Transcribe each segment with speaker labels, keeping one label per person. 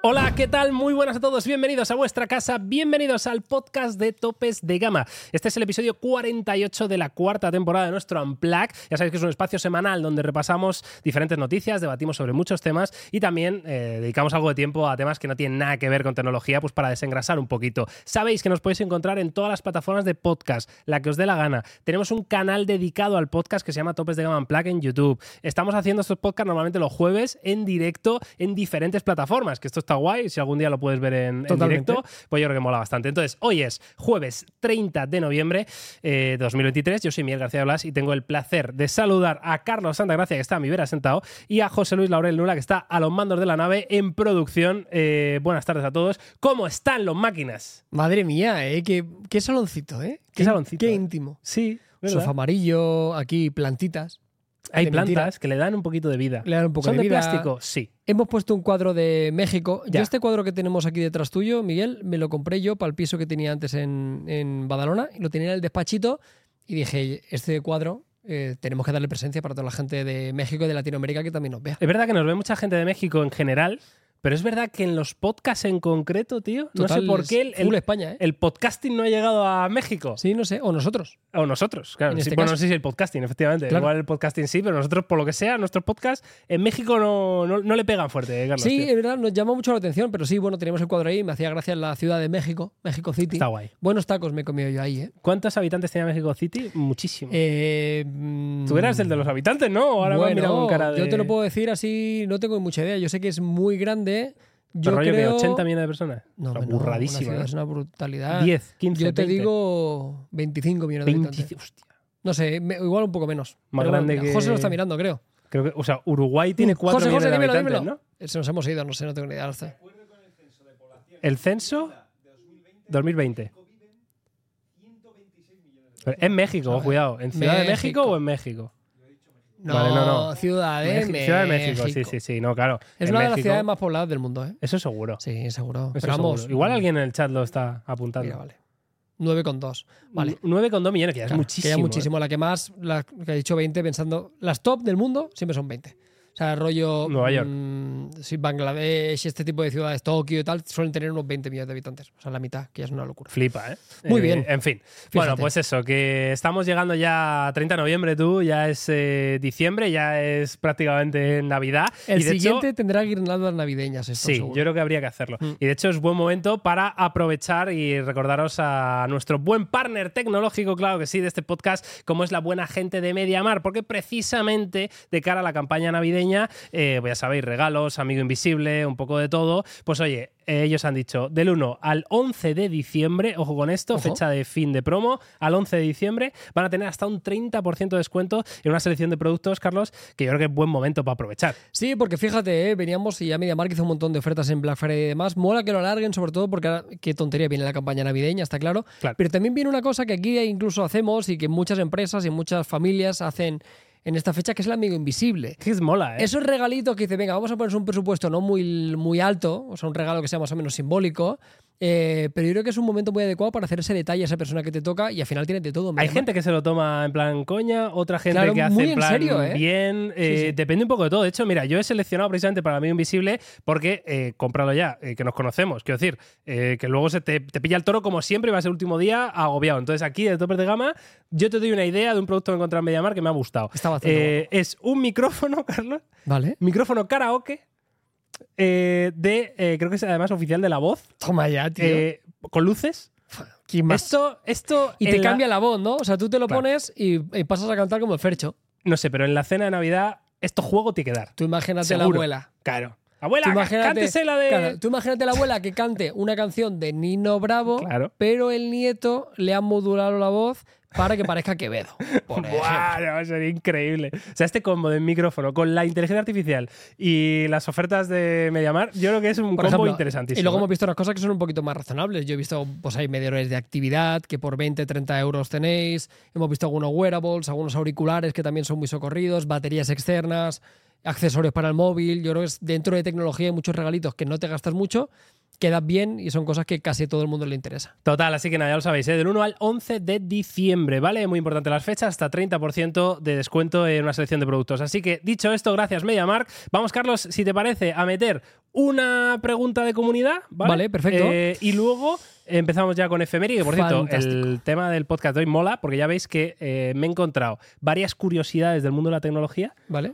Speaker 1: Hola, ¿qué tal? Muy buenas a todos, bienvenidos a vuestra casa, bienvenidos al podcast de Topes de Gama. Este es el episodio 48 de la cuarta temporada de nuestro Unplug. Ya sabéis que es un espacio semanal donde repasamos diferentes noticias, debatimos sobre muchos temas y también eh, dedicamos algo de tiempo a temas que no tienen nada que ver con tecnología, pues para desengrasar un poquito. Sabéis que nos podéis encontrar en todas las plataformas de podcast, la que os dé la gana. Tenemos un canal dedicado al podcast que se llama Topes de Gama Unplug en YouTube. Estamos haciendo estos podcasts normalmente los jueves en directo en diferentes plataformas, que esto está guay. Si algún día lo puedes ver en, en
Speaker 2: Totalmente.
Speaker 1: directo, pues yo creo que mola bastante. Entonces, hoy es jueves 30 de noviembre eh, de 2023. Yo soy Miguel García Blas y tengo el placer de saludar a Carlos Santagracia, que está a mi vera sentado, y a José Luis Laurel Nula, que está a los mandos de la nave en producción. Eh, buenas tardes a todos. ¿Cómo están los máquinas?
Speaker 2: Madre mía, ¿eh? Qué, qué saloncito, ¿eh?
Speaker 1: Qué saloncito,
Speaker 2: Qué
Speaker 1: eh.
Speaker 2: íntimo.
Speaker 1: Sí,
Speaker 2: Sofá amarillo, aquí plantitas.
Speaker 1: Hay
Speaker 2: de
Speaker 1: plantas
Speaker 2: mentira.
Speaker 1: que le dan un poquito de vida.
Speaker 2: Le dan un poco
Speaker 1: ¿Son
Speaker 2: de
Speaker 1: de,
Speaker 2: vida.
Speaker 1: plástico? Sí.
Speaker 2: Hemos puesto un cuadro de México.
Speaker 1: Ya.
Speaker 2: Yo este cuadro que tenemos aquí detrás tuyo, Miguel, me lo compré yo para el piso que tenía antes en, en Badalona. Lo tenía en el despachito y dije, este cuadro eh, tenemos que darle presencia para toda la gente de México y de Latinoamérica que también nos vea.
Speaker 1: Es verdad que nos ve mucha gente de México en general, pero es verdad que en los podcasts en concreto, tío, no
Speaker 2: Total,
Speaker 1: sé por qué el,
Speaker 2: es full
Speaker 1: el,
Speaker 2: España, ¿eh?
Speaker 1: el podcasting no ha llegado a México.
Speaker 2: Sí, no sé. O nosotros.
Speaker 1: O nosotros, claro. Sí,
Speaker 2: En este
Speaker 1: bueno,
Speaker 2: caso.
Speaker 1: no sé si el podcasting, efectivamente.
Speaker 2: Claro.
Speaker 1: Igual el podcasting sí, pero nosotros, por lo que sea, nuestros podcasts en México no, no, no le pegan fuerte, eh, Carlos.
Speaker 2: Sí,
Speaker 1: tío.
Speaker 2: es verdad, nos llama mucho la atención, pero sí, bueno, teníamos el cuadro ahí. Me hacía gracia la Ciudad de México, México City.
Speaker 1: está guay.
Speaker 2: Buenos tacos me he comido yo ahí, ¿eh?
Speaker 1: ¿Cuántos habitantes tenía México City? Muchísimo.
Speaker 2: Eh, mm,
Speaker 1: Tú eras el de los habitantes, ¿no? Ahora me has
Speaker 2: bueno,
Speaker 1: mirado con cara de.
Speaker 2: Yo te lo puedo decir así, no tengo mucha idea. Yo sé que es muy grande. ¿eh? Yo
Speaker 1: Pero rollo
Speaker 2: creo...
Speaker 1: que 80 millones de personas.
Speaker 2: No,
Speaker 1: Está
Speaker 2: hombre, no, una
Speaker 1: burradísima,
Speaker 2: ciudad
Speaker 1: ¿eh?
Speaker 2: Es una brutalidad.
Speaker 1: 10, 15,
Speaker 2: yo te
Speaker 1: 20,
Speaker 2: digo 25 millones de
Speaker 1: 20,
Speaker 2: habitantes.
Speaker 1: hostia.
Speaker 2: No sé, me- igual un poco menos.
Speaker 1: Más
Speaker 2: Pero bueno,
Speaker 1: grande
Speaker 2: mira,
Speaker 1: que-
Speaker 2: José lo está mirando, creo.
Speaker 1: Creo que, o sea, Uruguay tiene
Speaker 2: Uh,
Speaker 1: 4
Speaker 2: José,
Speaker 1: millones
Speaker 2: José,
Speaker 1: de
Speaker 2: dímelo,
Speaker 1: habitantes,
Speaker 2: dímelo. Eh, Se nos hemos ido, no sé, no tengo ni idea. Alza.
Speaker 1: ¿no? El censo 2020. En México,
Speaker 2: A ver.
Speaker 1: cuidado. ¿En Ciudad de México
Speaker 2: México.
Speaker 1: o en México?
Speaker 2: No,
Speaker 1: Vale, no, no.
Speaker 2: Ciudad de
Speaker 1: México-
Speaker 2: México.
Speaker 1: Ciudad de México, sí, sí, sí, no, claro.
Speaker 2: Es
Speaker 1: En
Speaker 2: una de las
Speaker 1: México-
Speaker 2: ciudades más pobladas del mundo, ¿eh?
Speaker 1: Eso seguro.
Speaker 2: Sí, seguro.
Speaker 1: Eso
Speaker 2: Pero vamos, mm.
Speaker 1: seguro. Igual alguien en el chat lo está
Speaker 2: Mira,
Speaker 1: apuntando.
Speaker 2: vale. 9,2. Vale.
Speaker 1: 9,2 millones, que ya es
Speaker 2: Claro,
Speaker 1: muchísimo.
Speaker 2: que ya
Speaker 1: ¿eh?
Speaker 2: muchísimo. La que más, la que ha dicho 20, pensando. Las top del mundo siempre son 20. O sea, rollo.
Speaker 1: Nueva York.
Speaker 2: mm, sí, Bangladesh, este tipo de ciudades, Tokio y tal, suelen tener unos 20 millones de habitantes. O sea, la mitad, que ya es una locura.
Speaker 1: Flipa, ¿eh?
Speaker 2: Muy
Speaker 1: Eh,
Speaker 2: bien.
Speaker 1: En fin.
Speaker 2: Fíjate.
Speaker 1: Bueno, pues eso, que estamos llegando ya a 30 de noviembre, tú, ya es eh, diciembre, ya es prácticamente Navidad.
Speaker 2: El
Speaker 1: y de hecho-
Speaker 2: siguiente tendrá guirnaldas navideñas, esto
Speaker 1: Sí,
Speaker 2: seguro.
Speaker 1: yo creo que habría que hacerlo.
Speaker 2: Mm.
Speaker 1: Y de hecho es buen momento para aprovechar y recordaros a nuestro buen partner tecnológico, claro que sí, de este podcast, como es la buena gente de Mediamar, porque precisamente de cara a la campaña navideña, eh, pues ya sabéis, regalos, amigo invisible, un poco de todo, pues oye, eh, ellos han dicho del 1 al 11 de diciembre, ojo con esto,
Speaker 2: Ojo.
Speaker 1: fecha de fin de promo, al 11 de diciembre van a tener hasta un 30% de descuento en una selección de productos, Carlos, que yo creo que es buen momento para aprovechar.
Speaker 2: Sí, porque fíjate, ¿eh? veníamos y ya MediaMarkt hizo un montón de ofertas en Black Friday y demás. Mola que lo alarguen, sobre todo porque ahora, qué tontería viene la campaña navideña, está claro.
Speaker 1: Claro.
Speaker 2: Pero también viene una cosa que aquí incluso hacemos y que muchas empresas y muchas familias hacen en esta fecha, que es el amigo invisible.
Speaker 1: Que es mola, ¿eh?
Speaker 2: Esos regalitos que dice, venga, vamos a ponerse un presupuesto no muy, muy alto, o sea, un regalo que sea más o menos simbólico, eh, pero yo creo que es un momento muy adecuado para hacer ese detalle a esa persona que te toca y al final tienes de todo.
Speaker 1: Hay
Speaker 2: MediaMarkt.
Speaker 1: gente que se lo toma en plan coña, otra gente
Speaker 2: Claro,
Speaker 1: que hace
Speaker 2: muy
Speaker 1: en
Speaker 2: en
Speaker 1: plan
Speaker 2: serio, ¿eh?
Speaker 1: bien. eh,
Speaker 2: Sí, sí.
Speaker 1: Depende un poco de todo. De hecho, mira, yo he seleccionado precisamente para mí Invisible porque, eh, cómpralo ya, eh, que nos conocemos. Quiero decir, eh, que luego se te, te pilla el toro como siempre y vas el último día agobiado. Entonces, aquí de Topper de Gama, yo te doy una idea de un producto que he encontrado en Mediamar que me ha gustado.
Speaker 2: Está bastante
Speaker 1: Eh, es un micrófono, Carlos,
Speaker 2: Vale.
Speaker 1: micrófono karaoke eh, de, eh, creo que es además oficial de la voz,
Speaker 2: Toma ya, tío.
Speaker 1: eh, con luces.
Speaker 2: ¿Quién más?
Speaker 1: Esto, esto
Speaker 2: Y te
Speaker 1: en la-
Speaker 2: cambia la voz, ¿no? O sea, tú te lo
Speaker 1: Claro.
Speaker 2: pones y, y pasas a cantar como el Fercho.
Speaker 1: No sé, pero en la cena de Navidad esto juego tiene que dar.
Speaker 2: Tú imagínate a la
Speaker 1: Seguro.
Speaker 2: abuela.
Speaker 1: Claro.
Speaker 2: Tú
Speaker 1: Abuela, ca-
Speaker 2: imagínate-
Speaker 1: cántese la de.
Speaker 2: Claro, tú imagínate a la abuela que cante una canción de Nino Bravo,
Speaker 1: Claro.
Speaker 2: pero el nieto le ha modulado la voz para que parezca Quevedo. por ejemplo.
Speaker 1: Buah, no, sería increíble. O sea, este combo del micrófono con la inteligencia artificial y las ofertas de Mediamar, yo creo que es un
Speaker 2: Por
Speaker 1: combo
Speaker 2: ejemplo,
Speaker 1: interesantísimo.
Speaker 2: Y luego
Speaker 1: ¿eh?
Speaker 2: hemos visto unas cosas que son un poquito más razonables. Yo he visto, pues hay medidores de actividad que por 20, 30 euros tenéis. Hemos visto algunos wearables, algunos auriculares que también son muy socorridos, baterías externas. accesorios para el móvil. Yo creo que es dentro de tecnología hay muchos regalitos que no te gastas mucho, quedas bien y son cosas que casi todo el mundo le interesa.
Speaker 1: Total, así que nada, ya lo sabéis, ¿eh? del 1 al 11 de diciembre, ¿vale? Muy importante las fechas, hasta 30% de descuento en una selección de productos. Así que dicho esto, gracias MediaMark. Vamos, Carlos, si te parece, a meter una pregunta de comunidad, ¿vale?
Speaker 2: Vale, perfecto.
Speaker 1: Eh, y luego empezamos ya con E efeméride. Por cierto,
Speaker 2: Fantástico.
Speaker 1: el tema del podcast de hoy mola porque ya veis que eh, me he encontrado varias curiosidades del mundo de la tecnología.
Speaker 2: ¿Vale?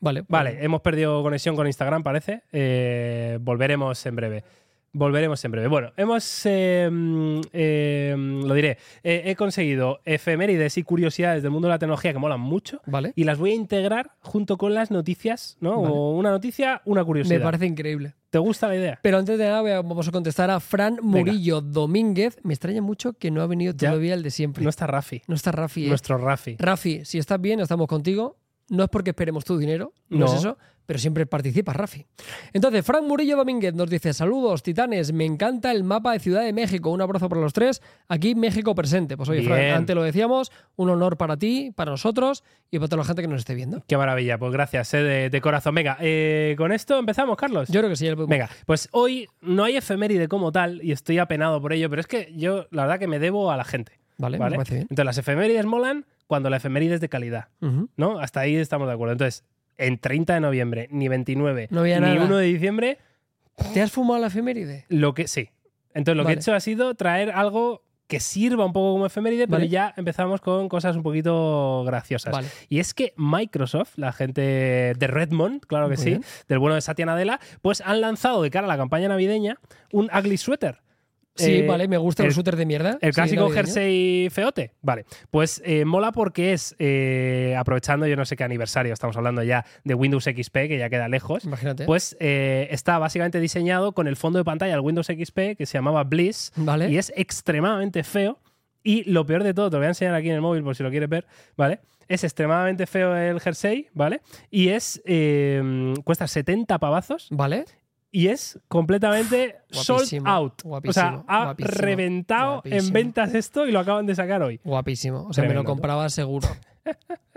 Speaker 2: Vale. pues,
Speaker 1: Vale, hemos perdido conexión con Instagram, parece. Eh, volveremos en breve. Volveremos en breve. Bueno, hemos. eh, mm, eh, mm, lo diré. Eh, he conseguido efemérides y curiosidades del mundo de la tecnología que molan mucho
Speaker 2: Vale.
Speaker 1: y las voy a integrar junto con las noticias, ¿no?
Speaker 2: Vale.
Speaker 1: O una noticia, una curiosidad.
Speaker 2: Me parece increíble.
Speaker 1: ¿Te gusta la idea?
Speaker 2: Pero antes de nada, voy a- vamos a contestar a Fran Murillo Domínguez. Me extraña mucho que no ha venido
Speaker 1: Ya.
Speaker 2: todavía el de siempre.
Speaker 1: No está Rafi,
Speaker 2: No está Rafi. ¿eh?
Speaker 1: nuestro Rafi.
Speaker 2: Rafi, si estás bien, estamos contigo. No es porque esperemos tu dinero, no,
Speaker 1: No.
Speaker 2: es eso, pero siempre participas, Rafi. Entonces, Frank Murillo Domínguez nos dice: Saludos, titanes, me encanta el mapa de Ciudad de México. Un abrazo para los tres. Aquí México presente. Pues oye,
Speaker 1: Bien.
Speaker 2: Frank, antes lo decíamos, un honor para ti, para nosotros y para toda la gente que nos esté viendo.
Speaker 1: Qué maravilla, pues gracias, eh, de, de corazón. Venga, eh, con esto empezamos, Carlos.
Speaker 2: Yo creo que sí, ya lo podemos.
Speaker 1: Venga, pues hoy no hay efeméride como tal y estoy apenado por ello, pero es que yo la verdad que me debo a la gente.
Speaker 2: Vale,
Speaker 1: ¿vale?
Speaker 2: me parece bien.
Speaker 1: Entonces las efemérides molan cuando la efeméride es de calidad,
Speaker 2: Ujú.
Speaker 1: ¿no? Hasta ahí estamos de acuerdo. Entonces, en 30 de noviembre, ni 29,
Speaker 2: No había
Speaker 1: ni
Speaker 2: nada.
Speaker 1: 1 de diciembre,
Speaker 2: ¿Te has fumado la efeméride?
Speaker 1: lo que sí. Entonces lo que
Speaker 2: Vale.
Speaker 1: he hecho ha sido traer algo que sirva un poco como efeméride, pero
Speaker 2: Vale.
Speaker 1: ya empezamos con cosas un poquito graciosas.
Speaker 2: Vale.
Speaker 1: Y es que Microsoft, la gente de Redmond, claro que
Speaker 2: Muy
Speaker 1: sí,
Speaker 2: bien.
Speaker 1: del bueno de Satya Nadella, pues han lanzado de cara a la campaña navideña un ugly sweater.
Speaker 2: Sí,
Speaker 1: Eh,
Speaker 2: vale, me gustan
Speaker 1: el-
Speaker 2: los shooters de mierda.
Speaker 1: El
Speaker 2: Sí,
Speaker 1: clásico
Speaker 2: navideño.
Speaker 1: jersey feote. Vale, pues eh, mola porque es, eh, aprovechando yo no sé qué aniversario, estamos hablando ya de Windows XP, que ya queda lejos,
Speaker 2: Imagínate.
Speaker 1: pues eh, está básicamente diseñado con el fondo de pantalla del Windows XP que se llamaba Bliss
Speaker 2: vale.
Speaker 1: y es extremadamente feo. Y lo peor de todo, te lo voy a enseñar aquí en el móvil por si lo quieres ver, ¿vale? Es extremadamente feo el jersey, ¿vale? Y es. eh, cuesta 70 pavazos
Speaker 2: Vale.
Speaker 1: y es completamente sold
Speaker 2: Guapísimo,
Speaker 1: out. o sea,
Speaker 2: guapísimo,
Speaker 1: ha
Speaker 2: guapísimo,
Speaker 1: reventado en
Speaker 2: guapísimo.
Speaker 1: ventas esto y lo acaban de sacar hoy.
Speaker 2: Guapísimo. O sea, me
Speaker 1: Tremendo,
Speaker 2: lo
Speaker 1: tú.
Speaker 2: compraba seguro.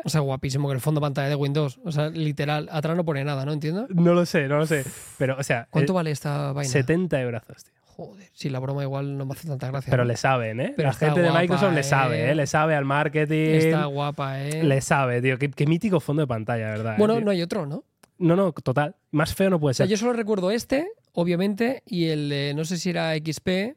Speaker 2: O sea, guapísimo que el fondo pantalla de Windows. O sea, literal, atrás no pone nada, ¿no entiendo?
Speaker 1: No lo sé, no lo sé. Pero, o sea,
Speaker 2: ¿Cuánto
Speaker 1: eh,
Speaker 2: vale esta vaina?
Speaker 1: 70 euros, tío.
Speaker 2: Joder, si la broma igual no me hace tanta gracia.
Speaker 1: Pero
Speaker 2: ¿no?
Speaker 1: le saben, ¿eh?
Speaker 2: Pero
Speaker 1: La
Speaker 2: está
Speaker 1: gente de
Speaker 2: guapa,
Speaker 1: Microsoft le
Speaker 2: eh.
Speaker 1: sabe, ¿eh? Le sabe al marketing.
Speaker 2: Está guapa, ¿eh?
Speaker 1: Le sabe, tío. Qué, qué mítico fondo de pantalla, ¿verdad? eh,
Speaker 2: Bueno,
Speaker 1: tío?
Speaker 2: no hay otro, ¿no? O
Speaker 1: no, no, total. Más feo no puede
Speaker 2: sea,
Speaker 1: ser.
Speaker 2: yo solo recuerdo este, obviamente, y el de, no sé si era XP, que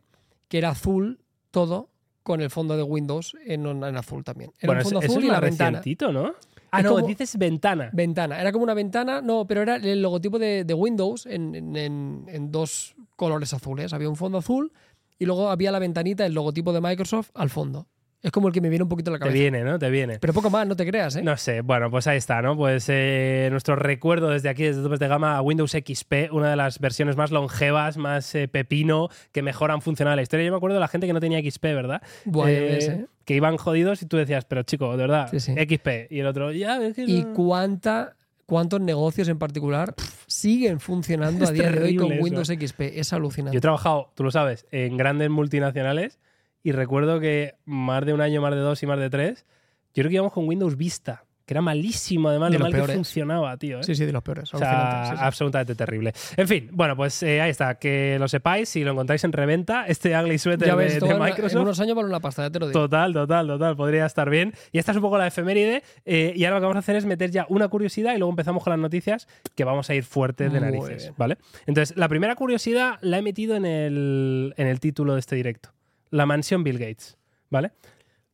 Speaker 2: era azul todo, con el fondo de Windows en, en azul también. Era
Speaker 1: bueno,
Speaker 2: un fondo
Speaker 1: eso,
Speaker 2: azul
Speaker 1: eso
Speaker 2: y
Speaker 1: es
Speaker 2: la
Speaker 1: más
Speaker 2: ventana.
Speaker 1: recientito, ¿no? Ah,
Speaker 2: Es
Speaker 1: no,
Speaker 2: como-
Speaker 1: dices ventana.
Speaker 2: Ventana, era como una ventana, no, pero era el logotipo de, de Windows en, en- en- en dos colores azules. Había un fondo azul y luego había la ventanita, el logotipo de Microsoft al fondo. Es como el que me viene un poquito a la
Speaker 1: Te
Speaker 2: cabeza.
Speaker 1: viene, ¿no? Te viene.
Speaker 2: Pero poco más, no te creas, ¿eh?
Speaker 1: No sé, bueno, pues ahí está, ¿no? Pues eh, nuestro recuerdo desde aquí, desde Topes de Gama, a Windows XP, una de las versiones más longevas, más eh, pepino, que mejoran funcional la historia. Yo me acuerdo de la gente que no tenía XP, ¿verdad?
Speaker 2: Buah, ya
Speaker 1: Eh,
Speaker 2: ves, ¿eh?
Speaker 1: Que iban jodidos y tú decías, pero chico, de verdad,
Speaker 2: Sí, sí.
Speaker 1: XP. Y el otro, ya, es que
Speaker 2: ¿Y
Speaker 1: no-
Speaker 2: cuánta, cuántos negocios en particular siguen funcionando a
Speaker 1: Es
Speaker 2: día de hoy con
Speaker 1: terrible eso.
Speaker 2: Windows XP? Es alucinante.
Speaker 1: Yo he trabajado, tú lo sabes, en grandes multinacionales y recuerdo que más de un año, más de dos y más de tres, yo creo que íbamos con Windows Vista, que era malísimo además,
Speaker 2: De
Speaker 1: lo
Speaker 2: los
Speaker 1: mal que
Speaker 2: peores.
Speaker 1: funcionaba, tío. ¿eh?
Speaker 2: Sí, sí, de los peores.
Speaker 1: O sea,
Speaker 2: alucinante, sí, sí.
Speaker 1: absolutamente terrible. En fin, bueno, pues eh, ahí está, que lo sepáis, si lo encontráis en reventa, este ugly sweater
Speaker 2: Ya
Speaker 1: de-
Speaker 2: ves,
Speaker 1: de,
Speaker 2: todo en- en
Speaker 1: Microsoft.
Speaker 2: unos años vale una pasta, ya te lo digo.
Speaker 1: Total, total, total, podría estar bien. Y esta es un poco la efeméride. eh, y ahora lo que vamos a hacer es meter ya una curiosidad y luego empezamos con las noticias que vamos a ir fuertes de
Speaker 2: Muy
Speaker 1: narices,
Speaker 2: bien.
Speaker 1: ¿vale? Entonces, la primera curiosidad la he metido en el, en el título de este directo. La mansión Bill Gates, ¿vale?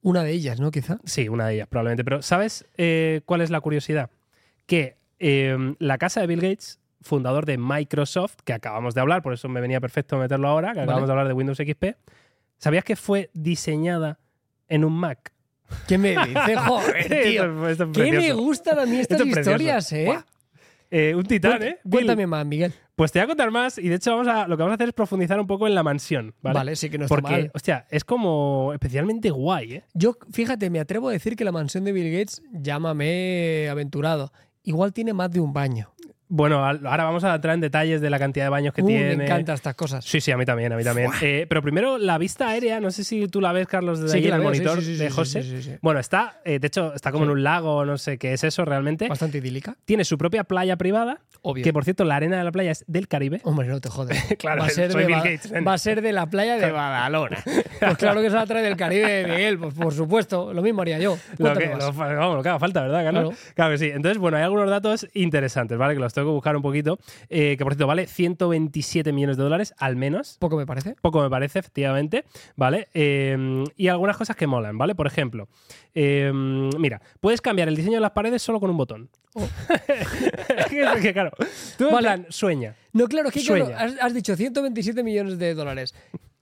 Speaker 2: Una de ellas, ¿no? Quizá.
Speaker 1: Sí, una de ellas, probablemente. Pero ¿sabes eh, cuál es la curiosidad? Que eh, la casa de Bill Gates, fundador de Microsoft, que acabamos de hablar, por eso me venía perfecto meterlo ahora, que acabamos
Speaker 2: Vale.
Speaker 1: de hablar de Windows XP, ¿sabías que fue diseñada en un Mac?
Speaker 2: ¿Qué me dice? Joder, tío.
Speaker 1: Esto- esto es
Speaker 2: ¿Qué me
Speaker 1: precioso.
Speaker 2: gustan a mí estas
Speaker 1: Esto es precioso.
Speaker 2: historias, eh?
Speaker 1: Buah. Eh, un titán,
Speaker 2: Cuenta-
Speaker 1: ¿eh? Bill.
Speaker 2: Cuéntame más, Miguel.
Speaker 1: Pues te voy a contar más y de hecho vamos a, lo que vamos a hacer es profundizar un poco en la mansión, ¿vale?
Speaker 2: Vale, sí que no está
Speaker 1: Porque,
Speaker 2: mal.
Speaker 1: hostia, es como especialmente guay, ¿eh?
Speaker 2: Yo, fíjate, me atrevo a decir que la mansión de Bill Gates, llámame aventurado, igual tiene más de un baño.
Speaker 1: Bueno, al- ahora vamos a entrar en detalles de la cantidad de baños que
Speaker 2: Uh,
Speaker 1: tiene.
Speaker 2: Me encantan estas cosas.
Speaker 1: Sí, sí, a mí también, a mí también. Eh, pero primero, la vista aérea, no sé si tú la ves, Carlos, desde
Speaker 2: Sí
Speaker 1: ahí
Speaker 2: que
Speaker 1: en
Speaker 2: la
Speaker 1: el
Speaker 2: veo, sí,
Speaker 1: monitor
Speaker 2: sí, sí, sí,
Speaker 1: de
Speaker 2: sí,
Speaker 1: José.
Speaker 2: sí, sí, sí.
Speaker 1: Bueno, está, eh, de hecho, está como en
Speaker 2: Sí.
Speaker 1: un lago, no sé qué es eso realmente.
Speaker 2: Bastante idílica,
Speaker 1: Tiene su propia playa privada,
Speaker 2: obvio.
Speaker 1: que ¿Eh? por cierto, la arena de la playa es del Caribe.
Speaker 2: Hombre, no te jodas.
Speaker 1: Claro,
Speaker 2: va a ser,
Speaker 1: soy
Speaker 2: de,
Speaker 1: Bill
Speaker 2: Ba-
Speaker 1: Gates, ¿eh?
Speaker 2: va a ser de la playa de Badalona. Pues claro que se la trae del Caribe, Miguel. Pues por supuesto, lo mismo haría yo.
Speaker 1: Lo
Speaker 2: Cuéntame
Speaker 1: que,
Speaker 2: más.
Speaker 1: lo- vamos, lo que haga falta, ¿verdad, Carlos? Claro.
Speaker 2: Claro.
Speaker 1: que sí. Entonces, bueno, hay algunos datos interesantes, ¿vale? Que los tengo que buscar un poquito. Eh, que por cierto, vale 127 millones de dólares al menos.
Speaker 2: Poco me parece.
Speaker 1: Poco me parece, efectivamente, ¿vale? Eh, y algunas cosas que molan, ¿vale? Por ejemplo, eh, mira, puedes cambiar el diseño de las paredes solo con un botón.
Speaker 2: Oh.
Speaker 1: Es que- es que, claro, tú en
Speaker 2: Vale.
Speaker 1: plan, sueña.
Speaker 2: No, claro, es que claro,
Speaker 1: Sueña.
Speaker 2: has, has dicho 127 millones de dólares.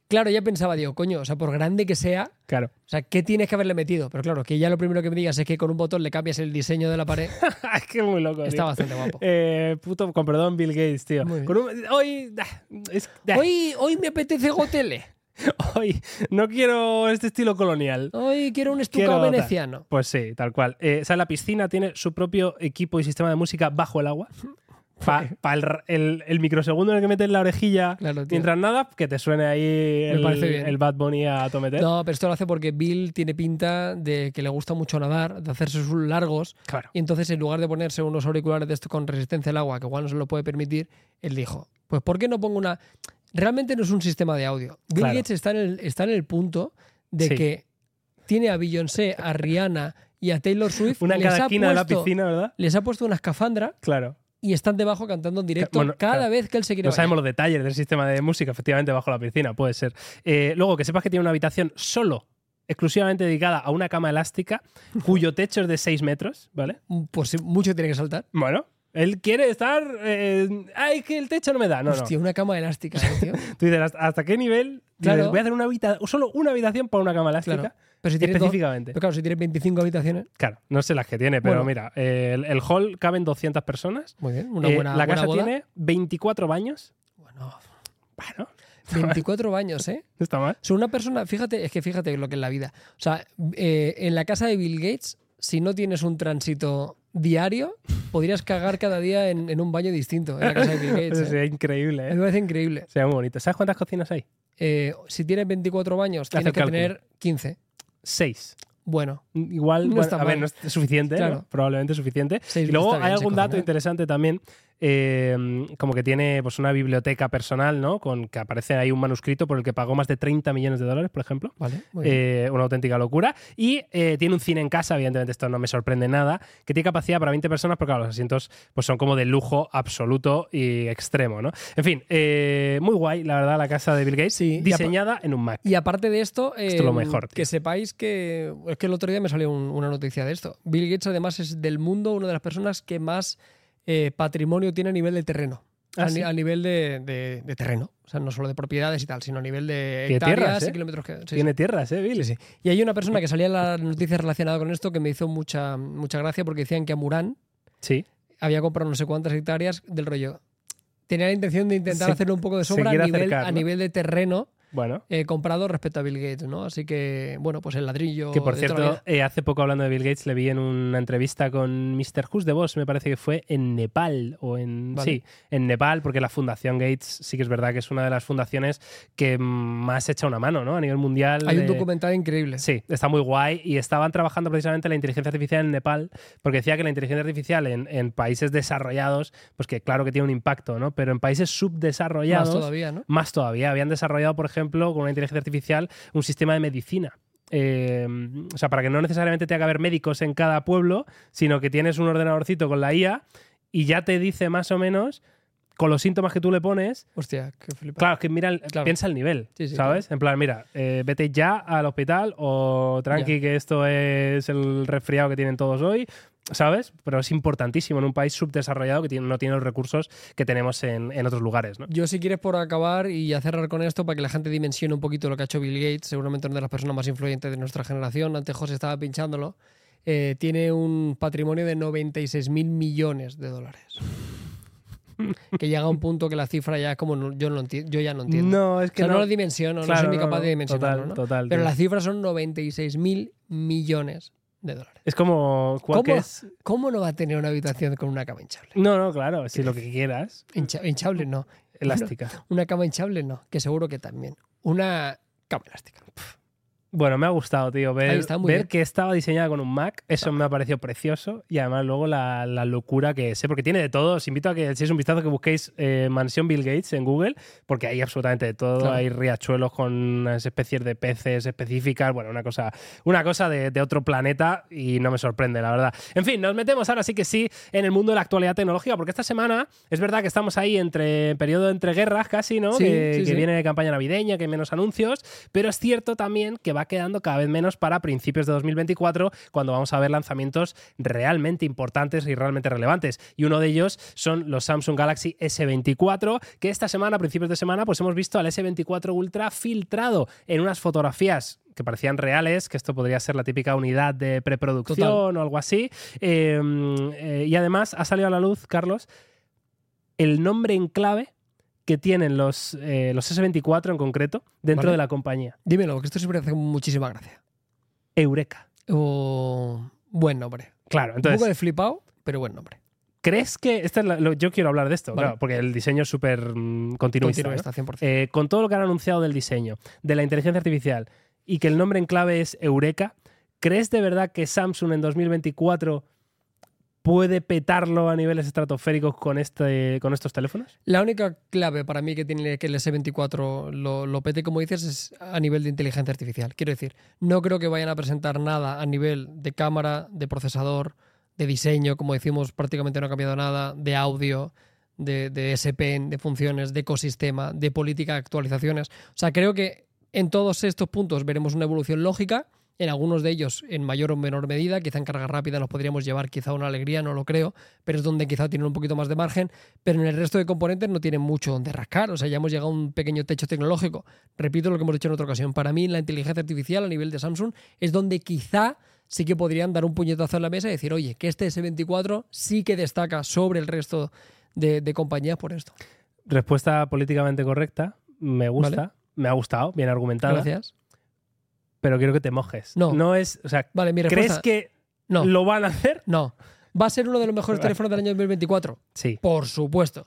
Speaker 2: Claro, ya pensaba, digo, coño, o sea, por grande que sea,
Speaker 1: Claro.
Speaker 2: o sea, ¿qué tienes que haberle metido? Pero claro, que ya lo primero que me digas es que con un botón le cambias el diseño de la pared.
Speaker 1: es que es muy loco.
Speaker 2: Está
Speaker 1: tío.
Speaker 2: bastante guapo.
Speaker 1: Eh, puto, con perdón, Bill Gates, tío.
Speaker 2: Muy bien.
Speaker 1: Con un- hoy, ah, es- ah, hoy,
Speaker 2: Hoy, hoy me apetece gotele.
Speaker 1: no quiero este estilo colonial.
Speaker 2: Hoy quiero un
Speaker 1: Quiero
Speaker 2: estucado
Speaker 1: otra.
Speaker 2: veneciano.
Speaker 1: Pues sí, tal cual. Eh, o sea, la piscina tiene su propio equipo y sistema de música bajo el agua.
Speaker 2: Pues
Speaker 1: Para el, r- el- el microsegundo en el que metes la orejilla
Speaker 2: Claro, tío.
Speaker 1: mientras nada, que te suene ahí
Speaker 2: Me
Speaker 1: el,
Speaker 2: parece bien.
Speaker 1: el Bad Bunny a Tomete.
Speaker 2: No, pero esto lo hace porque Bill tiene pinta de que le gusta mucho nadar, de hacerse sus largos.
Speaker 1: Claro.
Speaker 2: Y entonces, en lugar de ponerse unos auriculares de estos con resistencia al agua, que igual no se lo puede permitir, él dijo: Pues, ¿por qué no pongo una.? Realmente no es un sistema de audio. Bill
Speaker 1: Claro.
Speaker 2: Gates está en el, está en el punto de
Speaker 1: Sí.
Speaker 2: que tiene a Beyoncé, a Rihanna y a Taylor Swift.
Speaker 1: Una en
Speaker 2: les
Speaker 1: cada
Speaker 2: ha
Speaker 1: esquina de la
Speaker 2: puesto-
Speaker 1: piscina, ¿verdad?
Speaker 2: Les ha puesto una escafandra
Speaker 1: Claro.
Speaker 2: y están debajo cantando en directo
Speaker 1: bueno,
Speaker 2: cada
Speaker 1: claro.
Speaker 2: vez que él se quiere
Speaker 1: No sabemos los
Speaker 2: bañar.
Speaker 1: detalles del sistema de música, efectivamente, bajo la piscina, puede ser. Eh, luego, que sepas que tiene una habitación solo, exclusivamente dedicada a una cama elástica, cuyo techo es de 6 metros, ¿vale?
Speaker 2: Pues sí, mucho tiene que saltar.
Speaker 1: Bueno, él quiere estar. eh, ¡Ay, que el techo no me da! No, no.
Speaker 2: Hostia, una cama elástica, eh, tío.
Speaker 1: Tú dices, ¿hasta, hasta qué nivel? Dices,
Speaker 2: Claro.
Speaker 1: voy a hacer una habita- solo una habitación para una cama elástica.
Speaker 2: Claro. Pero si tiene dos-
Speaker 1: Específicamente.
Speaker 2: Pero claro, si tienes 25 habitaciones,
Speaker 1: Claro, no sé las que tiene, pero
Speaker 2: Bueno.
Speaker 1: mira, eh, el, el hall caben 200 personas.
Speaker 2: muy bien, una
Speaker 1: Eh,
Speaker 2: buena,
Speaker 1: la
Speaker 2: buena
Speaker 1: casa
Speaker 2: boda.
Speaker 1: tiene 24 baños.
Speaker 2: Bueno,
Speaker 1: Bueno,
Speaker 2: 24 baños, ¿eh?
Speaker 1: no está mal.
Speaker 2: O sea, una persona, fíjate, es que fíjate lo que es la vida. O sea, eh, en la casa de Bill Gates, si no tienes un tránsito diario, podrías cagar cada día en, en un baño distinto en la casa de Bill Gates.
Speaker 1: Eso
Speaker 2: ¿eh?
Speaker 1: sería increíble,
Speaker 2: A mí
Speaker 1: ¿eh?
Speaker 2: Me parece increíble.
Speaker 1: Sería muy bonito. ¿Sabes cuántas cocinas hay?
Speaker 2: Eh, si tienes 24 baños,
Speaker 1: Hace
Speaker 2: tienes que
Speaker 1: el cálculo.
Speaker 2: tener 15.
Speaker 1: Seis.
Speaker 2: Bueno,
Speaker 1: Igual,
Speaker 2: No
Speaker 1: bueno,
Speaker 2: está
Speaker 1: a ver,
Speaker 2: mal.
Speaker 1: no es suficiente,
Speaker 2: Claro.
Speaker 1: ¿no? probablemente suficiente.
Speaker 2: Seis
Speaker 1: y luego
Speaker 2: está bien,
Speaker 1: hay
Speaker 2: se
Speaker 1: algún
Speaker 2: cocina.
Speaker 1: dato interesante también, eh, como que tiene pues una biblioteca personal, ¿no? Con que aparece ahí un manuscrito por el que pagó más de 30 millones de dólares, por ejemplo.
Speaker 2: vale. muy bien.
Speaker 1: Eh, una auténtica locura. Y eh, tiene un cine en casa, evidentemente esto no me sorprende nada, que tiene capacidad para 20 personas porque claro, los asientos pues, son como de lujo absoluto y extremo, ¿no? En fin, eh, muy guay, la verdad, la casa de Bill Gates,
Speaker 2: Sí, y
Speaker 1: diseñada en un Mac.
Speaker 2: Y aparte de esto,
Speaker 1: Esto es lo
Speaker 2: eh,
Speaker 1: mejor, tío.
Speaker 2: que sepáis que es que el otro día me salió un- una noticia de esto. Bill Gates además es del mundo una de las personas que más eh, patrimonio tiene a nivel de terreno.
Speaker 1: Ah,
Speaker 2: a,
Speaker 1: ¿sí?
Speaker 2: a nivel de, de- de terreno. O sea, no solo de propiedades y tal, sino a nivel de
Speaker 1: Tiene
Speaker 2: hectáreas
Speaker 1: tierras, ¿eh?
Speaker 2: y kilómetros que... sí, sí.
Speaker 1: Tiene tierras, ¿eh, Bill?
Speaker 2: Sí, sí. Y hay una persona que salía en las noticias relacionada con esto que me hizo mucha, mucha gracia porque decían que a Murán
Speaker 1: Sí.
Speaker 2: había comprado no sé cuántas hectáreas del rollo. Tenía la intención de intentar
Speaker 1: Se-
Speaker 2: hacerle un poco de
Speaker 1: se
Speaker 2: sombra a
Speaker 1: quiere
Speaker 2: nivel,
Speaker 1: acercar,
Speaker 2: a
Speaker 1: ¿no?
Speaker 2: nivel de terreno
Speaker 1: Bueno.
Speaker 2: eh, comprado respecto a Bill Gates, ¿no? Así que, bueno, pues el ladrillo.
Speaker 1: Que por
Speaker 2: de toda la
Speaker 1: cierto,
Speaker 2: vida.
Speaker 1: eh, hace poco hablando de Bill Gates, le vi en una entrevista con Mr. Who's the Boss, me parece que fue en Nepal o en.
Speaker 2: Vale.
Speaker 1: Sí, en Nepal, porque la Fundación Gates sí que es verdad que es una de las fundaciones que más echa una mano, ¿no? A nivel mundial.
Speaker 2: hay un
Speaker 1: de-
Speaker 2: documental increíble.
Speaker 1: Sí, está muy guay y estaban trabajando precisamente la inteligencia artificial en Nepal, porque decía que la inteligencia artificial en, en países desarrollados, pues que claro que tiene un impacto, ¿no? Pero en países
Speaker 2: Más
Speaker 1: subdesarrollados,
Speaker 2: todavía, ¿no?
Speaker 1: más todavía. Habían desarrollado, por ejemplo, con una inteligencia artificial, un sistema de medicina. Eh, o sea, para que no necesariamente tenga que haber médicos en cada pueblo, sino que tienes un ordenadorcito con la IA y ya te dice más o menos con los síntomas que tú le pones.
Speaker 2: Hostia, qué flipado.
Speaker 1: Claro, es que mira, el-
Speaker 2: Claro.
Speaker 1: piensa el nivel,
Speaker 2: Sí, sí,
Speaker 1: ¿sabes? En plan, mira, eh, vete ya al hospital o tranqui que esto es el resfriado que tienen todos hoy, ¿sabes? Pero es importantísimo en un país subdesarrollado que tiene- no tiene los recursos que tenemos en, en otros lugares, ¿no?
Speaker 2: Yo, si quieres, por acabar y ya cerrar con esto, para que la gente dimensione un poquito lo que ha hecho Bill Gates, seguramente una de las personas más influyentes de nuestra generación. Antes José estaba pinchándolo. eh, tiene un patrimonio de 96 mil millones de dólares. que llega a un punto que la cifra ya es como. no- yo, no enti- yo ya no entiendo.
Speaker 1: No, es
Speaker 2: O sea, no, lo dimensiono, no
Speaker 1: Claro,
Speaker 2: soy ni
Speaker 1: no,
Speaker 2: capaz
Speaker 1: no.
Speaker 2: de dimensionarlo.
Speaker 1: Total,
Speaker 2: ¿no?
Speaker 1: total,
Speaker 2: Pero
Speaker 1: tío.
Speaker 2: las cifras son 96.000 millones de dólares.
Speaker 1: Es como
Speaker 2: ¿Cómo,
Speaker 1: cualquier...
Speaker 2: cómo no va a tener una habitación con una cama hinchable?
Speaker 1: No, no, claro, si lo que quieras,
Speaker 2: Hincha- hinchable no.
Speaker 1: elástica.
Speaker 2: Una cama hinchable no, que seguro que también. Una cama elástica.
Speaker 1: Bueno, me ha gustado, tío,
Speaker 2: Ahí
Speaker 1: ver,
Speaker 2: está, muy
Speaker 1: ver
Speaker 2: bien.
Speaker 1: que estaba diseñada con un Mac. Eso me ha parecido precioso. Y además luego la, la locura que sé, porque tiene de todo. Os invito a que echéis un vistazo, que busquéis eh, Mansión Bill Gates en Google, porque hay absolutamente de todo.
Speaker 2: Claro.
Speaker 1: Hay riachuelos con unas especies de peces específicas. Bueno, una cosa, una cosa de, de otro planeta y no me sorprende, la verdad. En fin, nos metemos ahora sí que sí en el mundo de la actualidad tecnológica, porque esta semana es verdad que estamos ahí entre periodo entre guerras casi, ¿no?
Speaker 2: Sí,
Speaker 1: que
Speaker 2: sí,
Speaker 1: que
Speaker 2: sí.
Speaker 1: viene campaña navideña, que hay menos anuncios. Pero es cierto también que va quedando cada vez menos para principios de 2024, cuando vamos a ver lanzamientos realmente importantes y realmente relevantes. Y uno de ellos son los Samsung Galaxy S24, que esta semana, a principios de semana, pues hemos visto al S24 Ultra filtrado en unas fotografías que parecían reales, que esto podría ser la típica unidad de preproducción o algo así. Eh, eh, y además ha salido a la luz, Carlos, el nombre en clave que tienen los, eh, los S24 en concreto dentro
Speaker 2: Vale.
Speaker 1: de la compañía.
Speaker 2: Dímelo, que esto siempre hace muchísima gracia.
Speaker 1: Eureka.
Speaker 2: O- buen nombre.
Speaker 1: Claro,
Speaker 2: Un poco
Speaker 1: entonces,
Speaker 2: de flipado, pero buen nombre.
Speaker 1: ¿crees que...? esta es la- lo- yo quiero hablar de esto,
Speaker 2: Vale.
Speaker 1: claro, porque el diseño es súper mm, continuista.
Speaker 2: Continúa
Speaker 1: ¿no?
Speaker 2: esta 100%.
Speaker 1: Eh, con todo lo que han anunciado del diseño, de la inteligencia artificial y que el nombre en clave es Eureka, ¿crees de verdad que Samsung en 2024 puede petarlo a niveles estratosféricos con, este, con estos teléfonos?
Speaker 2: La única clave para mí que tiene que el S24 lo, lo pete, como dices, es a nivel de inteligencia artificial. Quiero decir, no creo que vayan a presentar nada a nivel de cámara, de procesador, de diseño, como decimos, prácticamente no ha cambiado nada, de audio, de, de SPN, de funciones, de ecosistema, de política de actualizaciones. O sea, creo que en todos estos puntos veremos una evolución lógica. En algunos de ellos, en mayor o menor medida, quizá en carga rápida nos podríamos llevar quizá una alegría, no lo creo, pero es donde quizá tienen un poquito más de margen pero en el resto de componentes no tienen mucho donde rascar. O sea, ya hemos llegado a un pequeño techo tecnológico. Repito lo que hemos dicho en otra ocasión. Para mí, la inteligencia artificial a nivel de Samsung es donde quizá sí que podrían dar un puñetazo en la mesa y decir, oye, que este S24 sí que destaca sobre el resto de, de compañías por esto.
Speaker 1: Respuesta políticamente correcta, me gusta,
Speaker 2: Vale.
Speaker 1: me ha gustado, bien argumentada.
Speaker 2: Gracias.
Speaker 1: pero quiero que te mojes.
Speaker 2: No.
Speaker 1: es, o sea,
Speaker 2: Vale, mi
Speaker 1: ¿crees
Speaker 2: respuesta.
Speaker 1: que
Speaker 2: No,
Speaker 1: lo van a hacer?
Speaker 2: no. ¿Va a ser uno de los mejores
Speaker 1: Vale.
Speaker 2: teléfonos del año 2024?
Speaker 1: Sí.
Speaker 2: Por supuesto.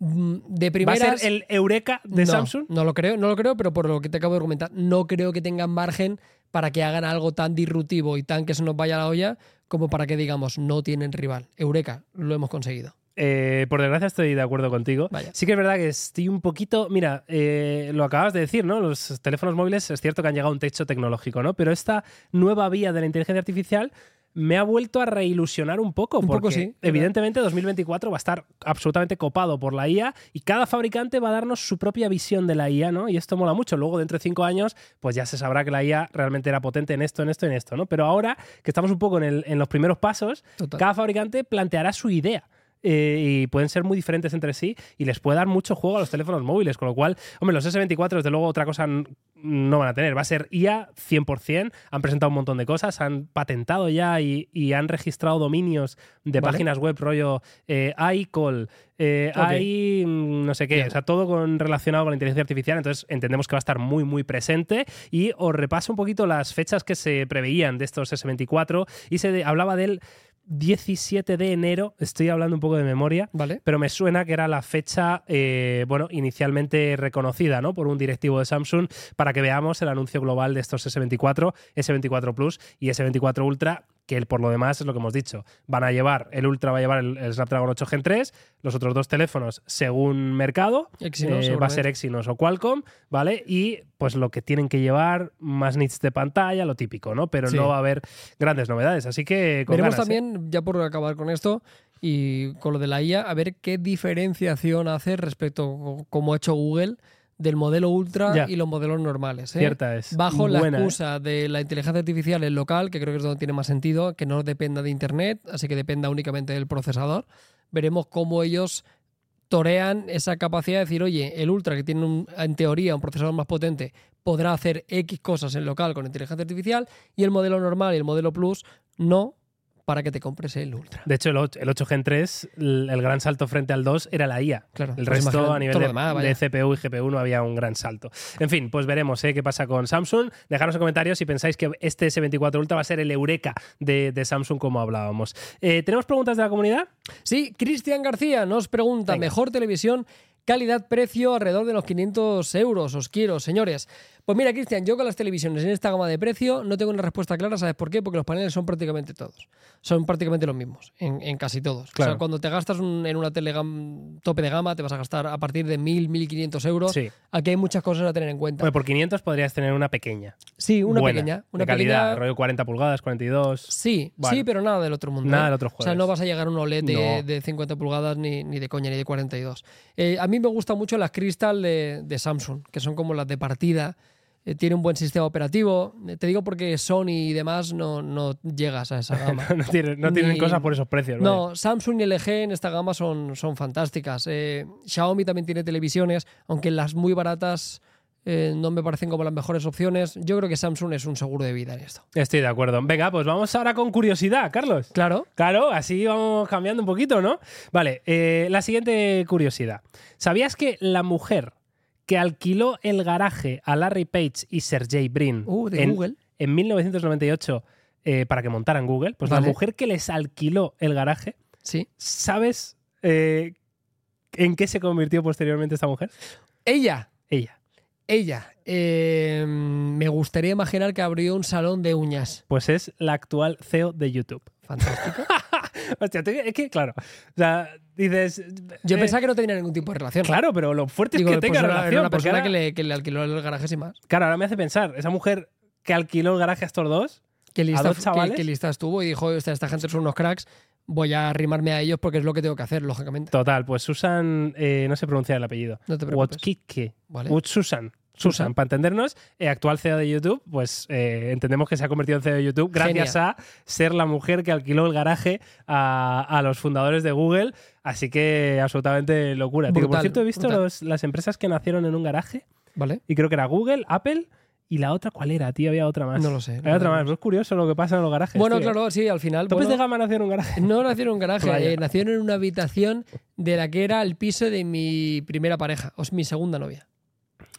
Speaker 2: Mm, De
Speaker 1: ¿Va
Speaker 2: primeras...
Speaker 1: a ser el Eureka de
Speaker 2: no,
Speaker 1: Samsung?
Speaker 2: No lo creo, no lo creo, pero por lo que te acabo de comentar, no creo que tengan margen para que hagan algo tan disruptivo y tan que se nos vaya la olla como para que digamos no tienen rival. Eureka, lo hemos conseguido.
Speaker 1: Eh, por desgracia estoy de acuerdo contigo.
Speaker 2: Vaya.
Speaker 1: Sí que es verdad que estoy un poquito, mira, eh, lo acabas de decir, ¿no? Los teléfonos móviles es cierto que han llegado a un techo tecnológico, ¿no? Pero esta nueva vía de la inteligencia artificial me ha vuelto a reilusionar un poco,
Speaker 2: Un poco
Speaker 1: porque
Speaker 2: sí, ¿verdad?
Speaker 1: evidentemente 2024 va a estar absolutamente copado por la IA y cada fabricante va a darnos su propia visión de la IA, ¿no? Y esto mola mucho. Luego, dentro de cinco años, pues ya se sabrá que la IA realmente era potente en esto, en esto, en esto, ¿no? Pero ahora que estamos un poco en, el- en los primeros pasos,
Speaker 2: Total.
Speaker 1: cada fabricante planteará su idea. eh, y pueden ser muy diferentes entre sí y les puede dar mucho juego a los teléfonos móviles. Con lo cual, hombre, los S24, desde luego, otra cosa n- no van a tener. Va a ser IA 100%. Han presentado un montón de cosas, han patentado ya y, y han registrado dominios de
Speaker 2: Vale.
Speaker 1: páginas web rollo eh, iCall, eh,
Speaker 2: Ok.
Speaker 1: i- mm, no sé qué.
Speaker 2: Bien.
Speaker 1: O sea, todo con, relacionado con la inteligencia artificial. Entonces, entendemos que va a estar muy, muy presente. Y os repaso un poquito las fechas que se preveían de estos S24 y se de- hablaba del 17 de enero, estoy hablando un poco de memoria,
Speaker 2: ¿Vale?
Speaker 1: pero me suena que era la fecha, eh, bueno, inicialmente reconocida, ¿no? Por un directivo de Samsung para que veamos el anuncio global de estos S24, S24 Plus y S24 Ultra, que el- por lo demás es lo que hemos dicho. Van a llevar, el Ultra va a llevar el, el Snapdragon 8 Gen 3, los otros dos teléfonos según mercado,
Speaker 2: Exynos,
Speaker 1: eh, va a ser Exynos o Qualcomm, ¿vale? Y pues lo que tienen que llevar, más nits de pantalla, lo típico, ¿no? Pero
Speaker 2: Sí.
Speaker 1: no va a haber grandes novedades, así que con
Speaker 2: Veremos
Speaker 1: ganas, ¿eh?
Speaker 2: también, ya por acabar con esto y con lo de la IA, a ver qué diferenciación hace respecto, como ha hecho Google, del modelo ultra
Speaker 1: Ya.
Speaker 2: y los modelos normales. ¿eh?
Speaker 1: Cierta es.
Speaker 2: Bajo la
Speaker 1: Buena, ¿eh?
Speaker 2: excusa de la inteligencia artificial en local, que creo que es donde tiene más sentido, que no dependa de Internet, así que dependa únicamente del procesador. Veremos cómo ellos torean esa capacidad de decir, oye, el Ultra, que tiene un- en teoría un procesador más potente, podrá hacer X cosas en local con inteligencia artificial, y el modelo normal y el modelo Plus no, para que te compres el Ultra.
Speaker 1: De hecho, el 8, el 8 Gen 3, el, el gran salto frente al 2 era la IA.
Speaker 2: Claro,
Speaker 1: El
Speaker 2: pues
Speaker 1: resto
Speaker 2: imagina
Speaker 1: a nivel
Speaker 2: todo
Speaker 1: de,
Speaker 2: lo demás,
Speaker 1: de
Speaker 2: vaya.
Speaker 1: CPU y GPU no había un gran salto. En fin, pues veremos ¿eh? qué pasa con Samsung. Dejadnos en comentarios si pensáis que este S24 Ultra va a ser el eureka de, de Samsung como hablábamos. Eh, ¿Tenemos preguntas de la comunidad?
Speaker 2: Sí, Cristian García nos pregunta,
Speaker 1: Venga.
Speaker 2: mejor televisión, calidad, precio, alrededor de los 500 euros, os quiero, señores. Pues mira, Cristian, yo con las televisiones en esta gama de precio no tengo una respuesta clara, ¿sabes por qué? Porque los paneles son prácticamente todos, son prácticamente los mismos, en, en casi todos. O
Speaker 1: Claro.
Speaker 2: sea, cuando te gastas un- en una tele gam- tope de gama, te vas a gastar a partir de 1.000, 1.500 euros.
Speaker 1: Sí.
Speaker 2: Aquí hay muchas cosas a tener en cuenta.
Speaker 1: Bueno, por 500 podrías tener una pequeña.
Speaker 2: sí, una
Speaker 1: buena,
Speaker 2: pequeña. Una
Speaker 1: de calidad,
Speaker 2: pequeña
Speaker 1: rollo 40 pulgadas, 42.
Speaker 2: Sí,
Speaker 1: Vale.
Speaker 2: sí, pero nada del otro mundo.
Speaker 1: Nada
Speaker 2: ¿eh?
Speaker 1: del otro
Speaker 2: O sea,
Speaker 1: jueves.
Speaker 2: no vas a llegar a un OLED de,
Speaker 1: No.
Speaker 2: de 50 pulgadas ni, ni de coña, ni de 42. Eh, a mí me gustan mucho las Crystal de, de Samsung, que son como las de partida. Eh, tiene un buen sistema operativo. Eh, te digo porque Sony y demás no, no llegas a esa gama.
Speaker 1: No tienen, no tienen
Speaker 2: Ni-
Speaker 1: cosas por esos precios. vaya.
Speaker 2: No, Samsung y LG en esta gama son, son fantásticas. Eh, Xiaomi también tiene televisiones, aunque las muy baratas eh, no me parecen como las mejores opciones. Yo creo que Samsung es un seguro de vida en esto.
Speaker 1: Estoy de acuerdo. Venga, pues vamos ahora con curiosidad, Carlos.
Speaker 2: Claro.
Speaker 1: Claro, así vamos cambiando un poquito, ¿no? Vale, eh, la siguiente curiosidad. ¿Sabías que la mujer que alquiló el garaje a Larry Page y Sergey Brin
Speaker 2: Uh, de
Speaker 1: en,
Speaker 2: Google.
Speaker 1: en 1998 eh, para que montaran Google, pues la
Speaker 2: Vale.
Speaker 1: mujer que les alquiló el garaje,
Speaker 2: Sí.
Speaker 1: ¿sabes eh, en qué se convirtió posteriormente esta mujer?
Speaker 2: Ella,
Speaker 1: Ella.
Speaker 2: ella. eh, me gustaría imaginar que abrió un salón de uñas.
Speaker 1: Pues es la actual CEO de YouTube.
Speaker 2: Fantástico.
Speaker 1: Hostia, te- es que, claro, o sea, dices...
Speaker 2: Yo
Speaker 1: eh,
Speaker 2: pensaba que no tenía ningún tipo de relación.
Speaker 1: Claro, pero lo fuerte es
Speaker 2: Digo,
Speaker 1: que
Speaker 2: pues
Speaker 1: tenga
Speaker 2: era-
Speaker 1: relación.
Speaker 2: era una
Speaker 1: porque
Speaker 2: persona
Speaker 1: ahora-
Speaker 2: que, le, que le alquiló el garaje sin más.
Speaker 1: Claro, ahora me hace pensar, esa mujer que alquiló el garaje a estos dos,
Speaker 2: Que lista,
Speaker 1: dos
Speaker 2: que-
Speaker 1: chavales?
Speaker 2: que lista estuvo y dijo, "Hostia, esta gente son unos cracks, voy a arrimarme a ellos porque es lo que tengo que hacer, lógicamente.
Speaker 1: total, pues Susan, eh, no sé pronunciar el apellido,
Speaker 2: No te preocupes.
Speaker 1: Wojcicki,
Speaker 2: Vale.
Speaker 1: Woj- Susan. Susan,
Speaker 2: Susan.
Speaker 1: para entendernos, eh, actual CEO de YouTube, pues eh, entendemos que se ha convertido en CEO de YouTube gracias
Speaker 2: Genia.
Speaker 1: a ser la mujer que alquiló el garaje a, a los fundadores de Google. Así que absolutamente locura. Tío, por
Speaker 2: Brutal,
Speaker 1: cierto, he visto
Speaker 2: brutal.
Speaker 1: los- las empresas que nacieron en un garaje
Speaker 2: ¿Vale?
Speaker 1: y creo que era Google, Apple y la otra, ¿cuál era, tío? Había otra más.
Speaker 2: No lo sé.
Speaker 1: Había otra más. Pero es curioso lo que pasa en los garajes.
Speaker 2: Bueno,
Speaker 1: tío.
Speaker 2: claro, sí, al final.
Speaker 1: Topes
Speaker 2: bueno,
Speaker 1: de gama nacieron en un garaje.
Speaker 2: no nacieron en un garaje,
Speaker 1: Vaya.
Speaker 2: eh, nacieron en una habitación de la que era el piso de mi primera pareja, o es mi segunda novia.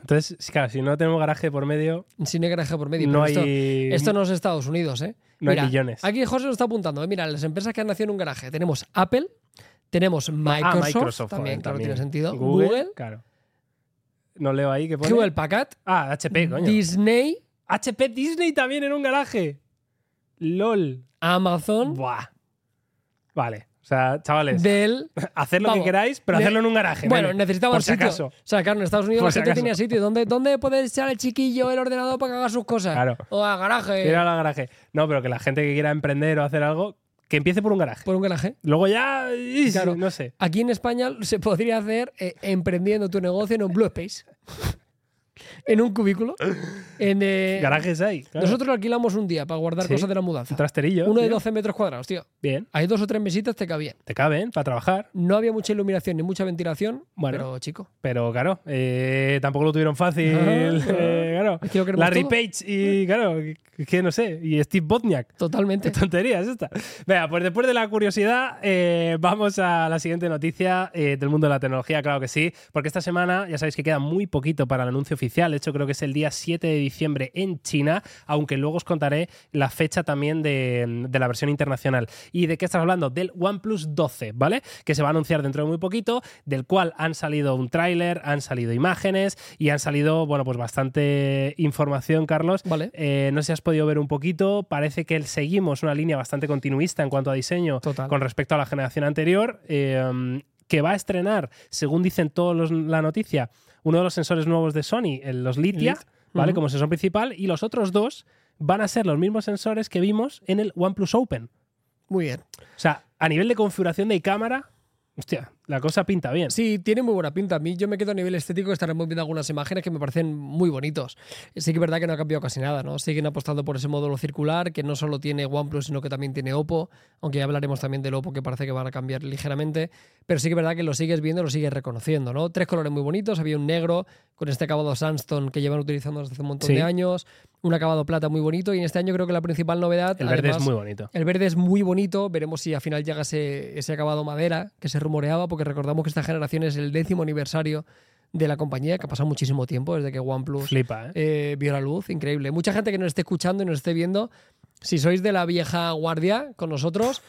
Speaker 1: Entonces, sí, claro, si no tenemos garaje por medio,
Speaker 2: Sin garaje por medio.
Speaker 1: no
Speaker 2: pero esto-
Speaker 1: hay,
Speaker 2: Esto no es Estados Unidos, ¿eh?
Speaker 1: no hay
Speaker 2: Mira,
Speaker 1: millones.
Speaker 2: Aquí José lo está apuntando. ¿eh? Mira, las empresas que han nacido en un garaje. Tenemos Apple, tenemos Microsoft,
Speaker 1: Ah, Microsoft,
Speaker 2: también,
Speaker 1: joder,
Speaker 2: claro,
Speaker 1: también.
Speaker 2: tiene sentido.
Speaker 1: Google,
Speaker 2: Google,
Speaker 1: claro. No leo ahí que pone.
Speaker 2: Google Mm, Packard,
Speaker 1: Ah, HP, coño.
Speaker 2: Disney,
Speaker 1: HP Disney también en un garaje. LOL.
Speaker 2: Amazon,
Speaker 1: Buah. Vale. O sea, chavales,
Speaker 2: Dell.
Speaker 1: hacer lo que
Speaker 2: vamos.
Speaker 1: queráis, pero
Speaker 2: Ne-
Speaker 1: hacerlo en un garaje.
Speaker 2: Bueno,
Speaker 1: nene,
Speaker 2: necesitaba
Speaker 1: por
Speaker 2: un
Speaker 1: si
Speaker 2: sitio.
Speaker 1: acaso.
Speaker 2: O sea, claro, en Estados Unidos
Speaker 1: Por
Speaker 2: la
Speaker 1: si
Speaker 2: gente
Speaker 1: acaso.
Speaker 2: tenía sitio. ¿Dónde, ¿Dónde puede echar el chiquillo el ordenador para que haga sus cosas?
Speaker 1: Claro.
Speaker 2: O a garaje.
Speaker 1: Ir al garaje. No, pero que la gente que quiera emprender o hacer algo, que empiece por un garaje.
Speaker 2: Por un garaje.
Speaker 1: Luego ya, is,
Speaker 2: Claro.
Speaker 1: no sé.
Speaker 2: Aquí en España se podría hacer eh, emprendiendo tu negocio en un Blue Space. en un cubículo. En, eh,
Speaker 1: Garajes hay. claro.
Speaker 2: Nosotros lo alquilamos un día para guardar
Speaker 1: Sí.
Speaker 2: cosas de la
Speaker 1: Un
Speaker 2: mudanza.
Speaker 1: trasterillo.
Speaker 2: Uno de
Speaker 1: tío.
Speaker 2: 12 metros cuadrados, tío.
Speaker 1: Bien.
Speaker 2: Hay dos o tres mesitas te cabían.
Speaker 1: Te caben para trabajar.
Speaker 2: No había mucha iluminación ni mucha ventilación,
Speaker 1: Bueno.
Speaker 2: pero chico.
Speaker 1: Pero claro, eh, tampoco lo tuvieron fácil.
Speaker 2: Ajá, ajá.
Speaker 1: eh, claro.
Speaker 2: Es que lo queremos
Speaker 1: Larry
Speaker 2: todo.
Speaker 1: Page y, claro, que- que no sé, y Steve Botniak.
Speaker 2: Totalmente.
Speaker 1: Qué tontería es esta. Venga, pues después de la curiosidad, eh, vamos a la siguiente noticia eh, del mundo de la tecnología, claro que sí, porque esta semana ya sabéis que queda muy poquito para el anuncio oficial, de hecho creo que es el día 7 de diciembre en China, aunque luego os contaré la fecha también de, de la versión internacional. ¿Y de qué estás hablando? Del OnePlus 12, ¿vale? Que se va a anunciar dentro de muy poquito, del cual han salido un tráiler, han salido imágenes y han salido, bueno, pues bastante información, Carlos,
Speaker 2: Vale.
Speaker 1: eh, no sé si has podido ver un poquito. Parece que seguimos una línea bastante continuista en cuanto a diseño
Speaker 2: Total.
Speaker 1: con respecto a la generación anterior. eh, que va a estrenar, según dicen todos los- la noticia, uno de los sensores nuevos de Sony, el- los Litia,
Speaker 2: Lit.
Speaker 1: ¿vale?
Speaker 2: Ujú.
Speaker 1: Como sensor principal, y los otros dos van a ser los mismos sensores que vimos en el OnePlus Open.
Speaker 2: Muy bien.
Speaker 1: O sea, a nivel de configuración de cámara, hostia, La cosa pinta bien.
Speaker 2: Sí, tiene muy buena pinta. A mí yo me quedo a nivel estético, estaremos viendo algunas imágenes que me parecen muy bonitos. Sí que es verdad que no ha cambiado casi nada, ¿no? Siguen apostando por ese módulo circular que no solo tiene OnePlus, sino que también tiene Oppo, aunque ya hablaremos también del Oppo que parece que van a cambiar ligeramente, pero sí que es verdad que lo sigues viendo, lo sigues reconociendo, ¿no? Tres colores muy bonitos, había un negro con este acabado sandstone que llevan utilizando desde hace un montón
Speaker 1: Sí.
Speaker 2: de años, un acabado plata muy bonito y en este año creo que la principal novedad
Speaker 1: El verde es
Speaker 2: además,
Speaker 1: muy bonito.
Speaker 2: el verde es muy bonito, veremos si al final llega ese, ese acabado madera que se rumoreaba, porque recordamos que esta generación es el décimo aniversario de la compañía, que ha pasado muchísimo tiempo desde que OnePlus
Speaker 1: Flipa, ¿eh?
Speaker 2: eh, vio la luz, increíble. Mucha gente que nos esté escuchando y nos esté viendo, si sois de la vieja guardia con nosotros,